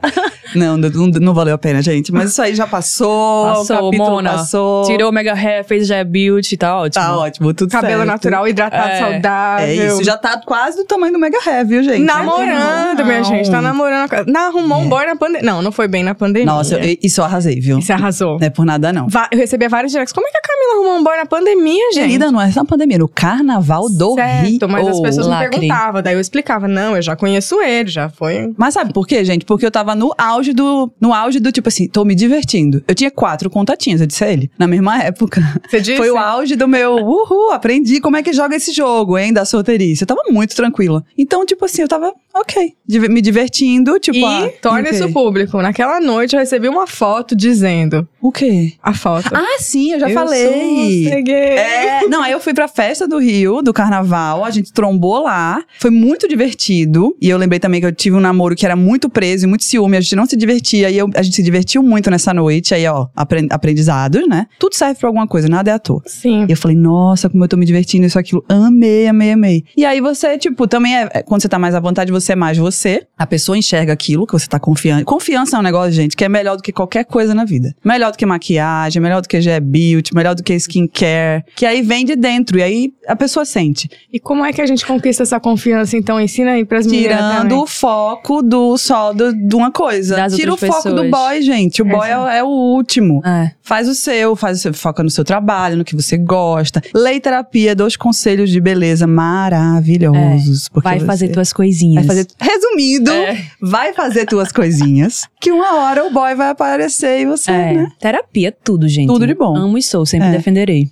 Speaker 1: Não, não, não valeu a pena, gente. Mas isso aí já passou.
Speaker 3: Passou,
Speaker 1: o capítulo
Speaker 3: Mona.
Speaker 1: passou.
Speaker 3: Tirou o mega hair, fez já beauty, tá ótimo.
Speaker 1: Tá ótimo, tudo
Speaker 2: *laughs* Cabelo
Speaker 1: certo.
Speaker 2: natural, hidratado,
Speaker 3: É.
Speaker 2: saudável.
Speaker 1: É isso, já tá quase do tamanho do Mega Hair, viu, gente?
Speaker 2: Namorando, minha
Speaker 1: Não. É.
Speaker 2: gente. Tá namorando. a co- Na, arrumou um boy na pandemia. Não, não foi bem na pandemia.
Speaker 1: Nossa, eu- isso eu arrasei, viu?
Speaker 2: Você arrasou.
Speaker 1: Não é por nada, não.
Speaker 2: Va- eu recebia vários directs. Como é que a Camila arrumou um boy na pandemia, gente?
Speaker 1: Querida, não é só na pandemia, no Carnaval do Rio.
Speaker 2: certo, mas as pessoas
Speaker 3: lacre.
Speaker 2: me perguntavam. Daí eu explicava. Não, eu já conheço ele, já foi...
Speaker 1: Mas sabe por quê, gente? Porque eu tava no auge do. No auge do tipo assim, tô me divertindo. Eu tinha quatro contatinhos, eu disse a ele, na mesma *laughs* época.
Speaker 2: Você disse?
Speaker 1: Foi o auge do meu, uhul, aprendi como é que joga esse jogo, hein, da solteirice. Eu tava muito tranquila. Então, tipo assim, eu tava, ok, div- me divertindo, tipo... ah,
Speaker 2: E torna
Speaker 1: ok.
Speaker 2: isso público. Naquela noite eu recebi uma foto dizendo...
Speaker 1: O quê?
Speaker 2: A foto.
Speaker 1: Ah, sim, eu já
Speaker 2: Eu
Speaker 1: falei.
Speaker 2: sou um cegueira.
Speaker 1: É, não, aí eu fui pra festa do Rio, do carnaval, a gente trombou lá, foi muito divertido. E eu lembrei também que eu tive um namoro que era muito preso e muito ciúme, a gente não se divertia, e eu- a gente se divertiu muito nessa noite, aí ó, apren- aprendizados, né? Tudo serve pra alguma coisa, nada é à toa.
Speaker 2: Sim.
Speaker 1: E eu falei, nossa, como eu tô me divertindo, isso, aquilo. Amei, amei, amei. E aí você, tipo, também é. é- Quando você tá mais à vontade, você é mais você. A pessoa enxerga aquilo que você tá confiando. Confiança é um negócio, gente, que é melhor do que qualquer coisa na vida. Melhor do que maquiagem, melhor do que gel beauty, melhor do que skincare. Que aí vem de dentro. E aí a pessoa sente.
Speaker 2: E como é que a gente conquista essa confiança, então? Ensina aí pras meninas
Speaker 1: Tirando
Speaker 2: também.
Speaker 1: o foco do só do- de uma coisa.
Speaker 3: Das
Speaker 1: Tira o
Speaker 3: outras
Speaker 1: foco do
Speaker 3: pessoas.
Speaker 1: boy, gente. O boy é, o- é o último.
Speaker 3: É.
Speaker 1: Faz o seu, faz o seu, foca no seu trabalho, no que você gosta. Lei terapia, dois conselhos de beleza maravilhosos.
Speaker 2: É,
Speaker 1: porque
Speaker 3: Vai
Speaker 1: você-
Speaker 3: fazer tuas coisinhas.
Speaker 1: vai fazer- Resumindo,
Speaker 3: É.
Speaker 1: vai fazer tuas coisinhas. Que uma hora o boy vai aparecer e você,
Speaker 3: É,
Speaker 1: né?
Speaker 3: terapia, tudo, gente.
Speaker 1: Tudo de bom.
Speaker 3: Amo e sou, sempre
Speaker 1: É.
Speaker 3: defenderei.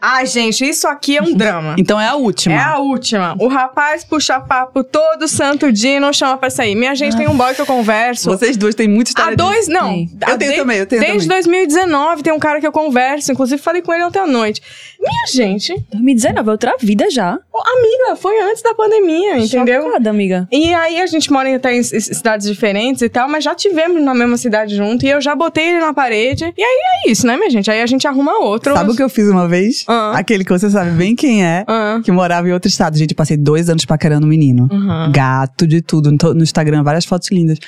Speaker 2: Ai, gente, isso aqui é um drama.
Speaker 1: Então é a última.
Speaker 2: É a última. O rapaz puxa papo todo santo dia e não chama pra sair. Minha gente tem um
Speaker 1: Ah.
Speaker 2: boy que eu converso.
Speaker 1: Vocês duas têm muita
Speaker 2: Há
Speaker 1: história.
Speaker 2: dois, não.
Speaker 3: Tem.
Speaker 2: Há
Speaker 1: Eu tenho
Speaker 2: de-
Speaker 1: tá também, eu tenho
Speaker 2: Desde
Speaker 1: também.
Speaker 2: 2019 tem um cara que eu converso, inclusive falei com ele ontem à noite. Minha gente,
Speaker 3: 2019 é outra vida já.
Speaker 2: ô, amiga, foi antes da pandemia, entendeu?
Speaker 3: Chocada, amiga.
Speaker 2: E aí a gente mora em até em c- cidades diferentes e tal, mas já tivemos na mesma cidade junto e eu já botei ele na parede. E aí é isso, né, minha gente? Aí a gente arruma outro.
Speaker 1: Sabe o que eu fiz uma vez?
Speaker 2: Ah.
Speaker 1: Aquele que você sabe bem quem é,
Speaker 2: Ah.
Speaker 1: que morava em outro estado. Gente, eu passei dois anos paquerando o menino.
Speaker 2: Uhum.
Speaker 1: Gato de tudo. No to- No Instagram, várias fotos lindas.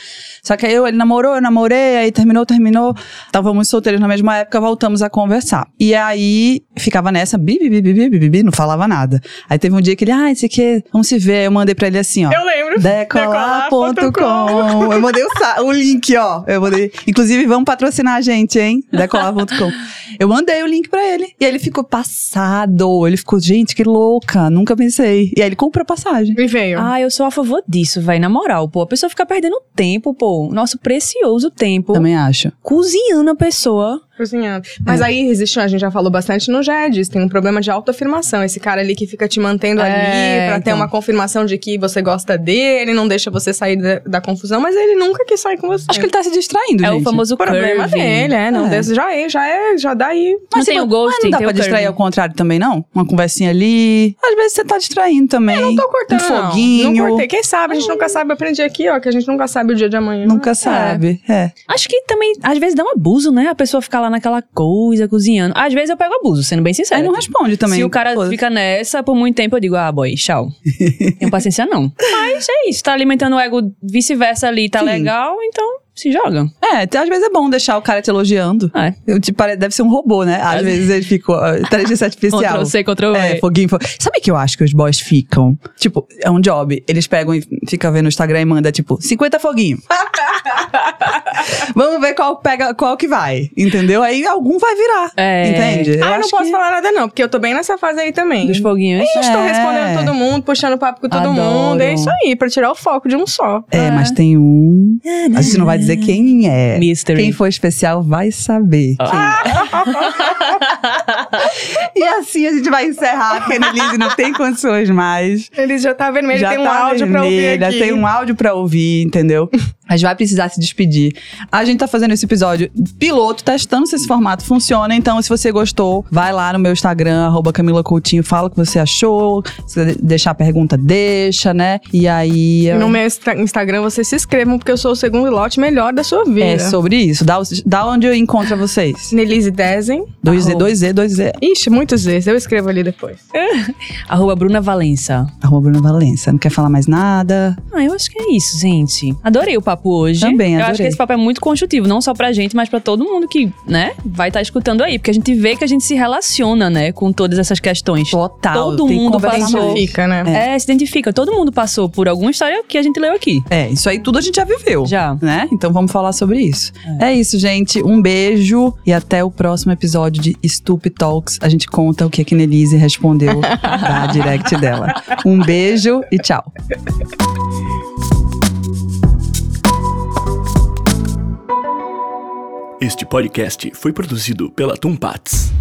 Speaker 1: Só que aí eu, ele namorou, eu namorei, aí terminou, terminou. Estávamos solteiros na mesma época, voltamos a conversar. E aí ficava nessa, bi, bi, bi, bi, bi, bi, bi, bi, não falava nada. Aí teve um dia que ele, ah, esse aqui, vamos se ver. Eu mandei pra ele assim, ó.
Speaker 2: Eu lembro.
Speaker 1: Decolar.com. Eu mandei o, sa- o link, ó. Eu mandei. Inclusive, vamos patrocinar a gente, hein? Decolar.com. Eu mandei o link pra ele. E aí ele ficou passado. Ele ficou, gente, que louca. Nunca pensei. E aí ele comprou a passagem.
Speaker 2: E veio.
Speaker 3: Ah, eu sou a favor disso, véi. Na moral, pô. A pessoa fica perdendo tempo, pô. Nosso precioso tempo.
Speaker 1: Também acho.
Speaker 3: Cozinhando a pessoa.
Speaker 2: Cozinhando. Mas aí existe, a gente já falou bastante no GEDS, tem um problema de autoafirmação. Esse cara ali que fica te mantendo
Speaker 3: É,
Speaker 2: ali pra ter
Speaker 3: então.
Speaker 2: uma confirmação de que você gosta dele, não deixa você sair da, da confusão, mas ele nunca quis sair com você.
Speaker 1: Acho que ele tá se distraindo,
Speaker 3: É
Speaker 1: gente.
Speaker 3: o famoso
Speaker 2: o problema
Speaker 3: curving.
Speaker 2: dele, é, não.
Speaker 1: É.
Speaker 2: desse- já é, já é, já dá aí.
Speaker 3: Mas tem o
Speaker 1: Mas não
Speaker 3: ghosting,
Speaker 1: dá
Speaker 3: tem
Speaker 1: pra
Speaker 3: o
Speaker 1: distrair ao
Speaker 3: curving.
Speaker 1: contrário também, não? Uma conversinha ali. Às vezes você tá distraindo também. Eu não
Speaker 2: Tô cortando.
Speaker 1: Um
Speaker 2: não.
Speaker 1: foguinho.
Speaker 2: Não cortei. Quem sabe? A gente nunca sabe. Eu aprendi aqui, ó, que a gente nunca sabe o dia de amanhã. É.
Speaker 1: Nunca sabe. É.
Speaker 3: Acho que também, às vezes, dá um abuso, né? A pessoa ficar lá naquela coisa, cozinhando. Às vezes eu pego abuso, sendo bem sincero.
Speaker 1: Aí não responde também.
Speaker 3: É. Se o cara
Speaker 1: Pô,
Speaker 3: fica nessa por muito tempo, eu digo, ah, boy,
Speaker 1: *laughs*
Speaker 3: tchau. Tenho paciência, não. Mas é isso, tá alimentando o ego vice-versa ali, tá
Speaker 1: Sim.
Speaker 3: legal, então se joga.
Speaker 1: É, t- às vezes é bom deixar o cara te elogiando.
Speaker 3: É.
Speaker 1: Eu te pare- Deve ser um robô, né? Às vezes ele ficou. ó, Inteligência artificial.
Speaker 3: Ctrl C, Ctrl V.
Speaker 1: É, foguinho. fo- Sabe que eu acho que os boys ficam? Tipo, é um job. Eles pegam e ficam vendo o Instagram e manda, tipo, 50
Speaker 3: *laughs*
Speaker 1: foguinho. Vamos ver qual pega, qual que vai. Entendeu? Aí algum vai virar.
Speaker 3: É.
Speaker 1: Entende?
Speaker 2: Ah, eu não
Speaker 1: acho
Speaker 2: posso
Speaker 1: que-
Speaker 2: falar nada, não, porque eu tô bem nessa fase aí também.
Speaker 3: Dos foguinhos.
Speaker 2: Eu estou
Speaker 1: É.
Speaker 2: respondendo todo mundo, puxando papo com todo
Speaker 3: Adoro.
Speaker 2: mundo. É isso aí, pra tirar o foco de um só.
Speaker 1: É, mas tem um. A gente não vai dizer quem é.
Speaker 3: Mystery.
Speaker 1: Quem for especial vai saber.
Speaker 2: Ah. *laughs*
Speaker 1: Quem é. e assim a gente vai encerrar. A Kenelise não tem condições mais.
Speaker 2: Ele já tá vermelho,
Speaker 1: Já
Speaker 2: tem um
Speaker 1: tá
Speaker 2: áudio pra ouvir.
Speaker 1: vermelha,
Speaker 2: Aqui. *laughs*
Speaker 1: Tem um áudio pra ouvir, entendeu? A gente vai precisar se despedir. A gente tá fazendo esse episódio piloto, testando se esse formato funciona. Então, se você gostou, vai lá no meu Instagram, arroba Camila Coutinho, fala o que você achou. Se quiser deixar pergunta, deixa, né? E aí.
Speaker 2: No meu insta- Instagram, vocês se inscrevam, porque eu sou o segundo lote melhor da sua vida.
Speaker 1: É sobre isso. Dá, os- dá onde eu encontro vocês.
Speaker 2: Nelise Dezen.
Speaker 1: 2Z,
Speaker 2: Arroba.
Speaker 1: 2Z, 2Z.
Speaker 2: Ixi, muitos vezes. Eu escrevo ali depois.
Speaker 3: Arroba Bruna Valença.
Speaker 1: Arroba Bruna Valença. Não quer falar mais nada?
Speaker 3: Ah, eu acho que é isso, gente. Adorei o papo hoje.
Speaker 1: Também,
Speaker 3: Eu
Speaker 1: adorei.
Speaker 3: acho que esse papo é muito construtivo, não só pra gente, mas pra todo mundo que, né, vai estar escutando aí. Porque a gente vê que a gente se relaciona, né, com todas essas questões.
Speaker 1: Total.
Speaker 3: Todo
Speaker 1: tem que
Speaker 3: mundo
Speaker 1: conversar
Speaker 3: passou.
Speaker 1: mais.
Speaker 2: Fica, né?
Speaker 3: É. se identifica. Todo mundo passou por alguma história que a gente leu aqui.
Speaker 1: É, isso aí tudo a gente já viveu.
Speaker 3: Já.
Speaker 1: Né? Então vamos falar sobre isso. É. isso, gente. Um beijo e até o próximo episódio de Stupid Talks. A gente conta o que a Kinelise respondeu da direct dela. Um beijo e tchau.
Speaker 4: Este podcast foi produzido pela Tumpats.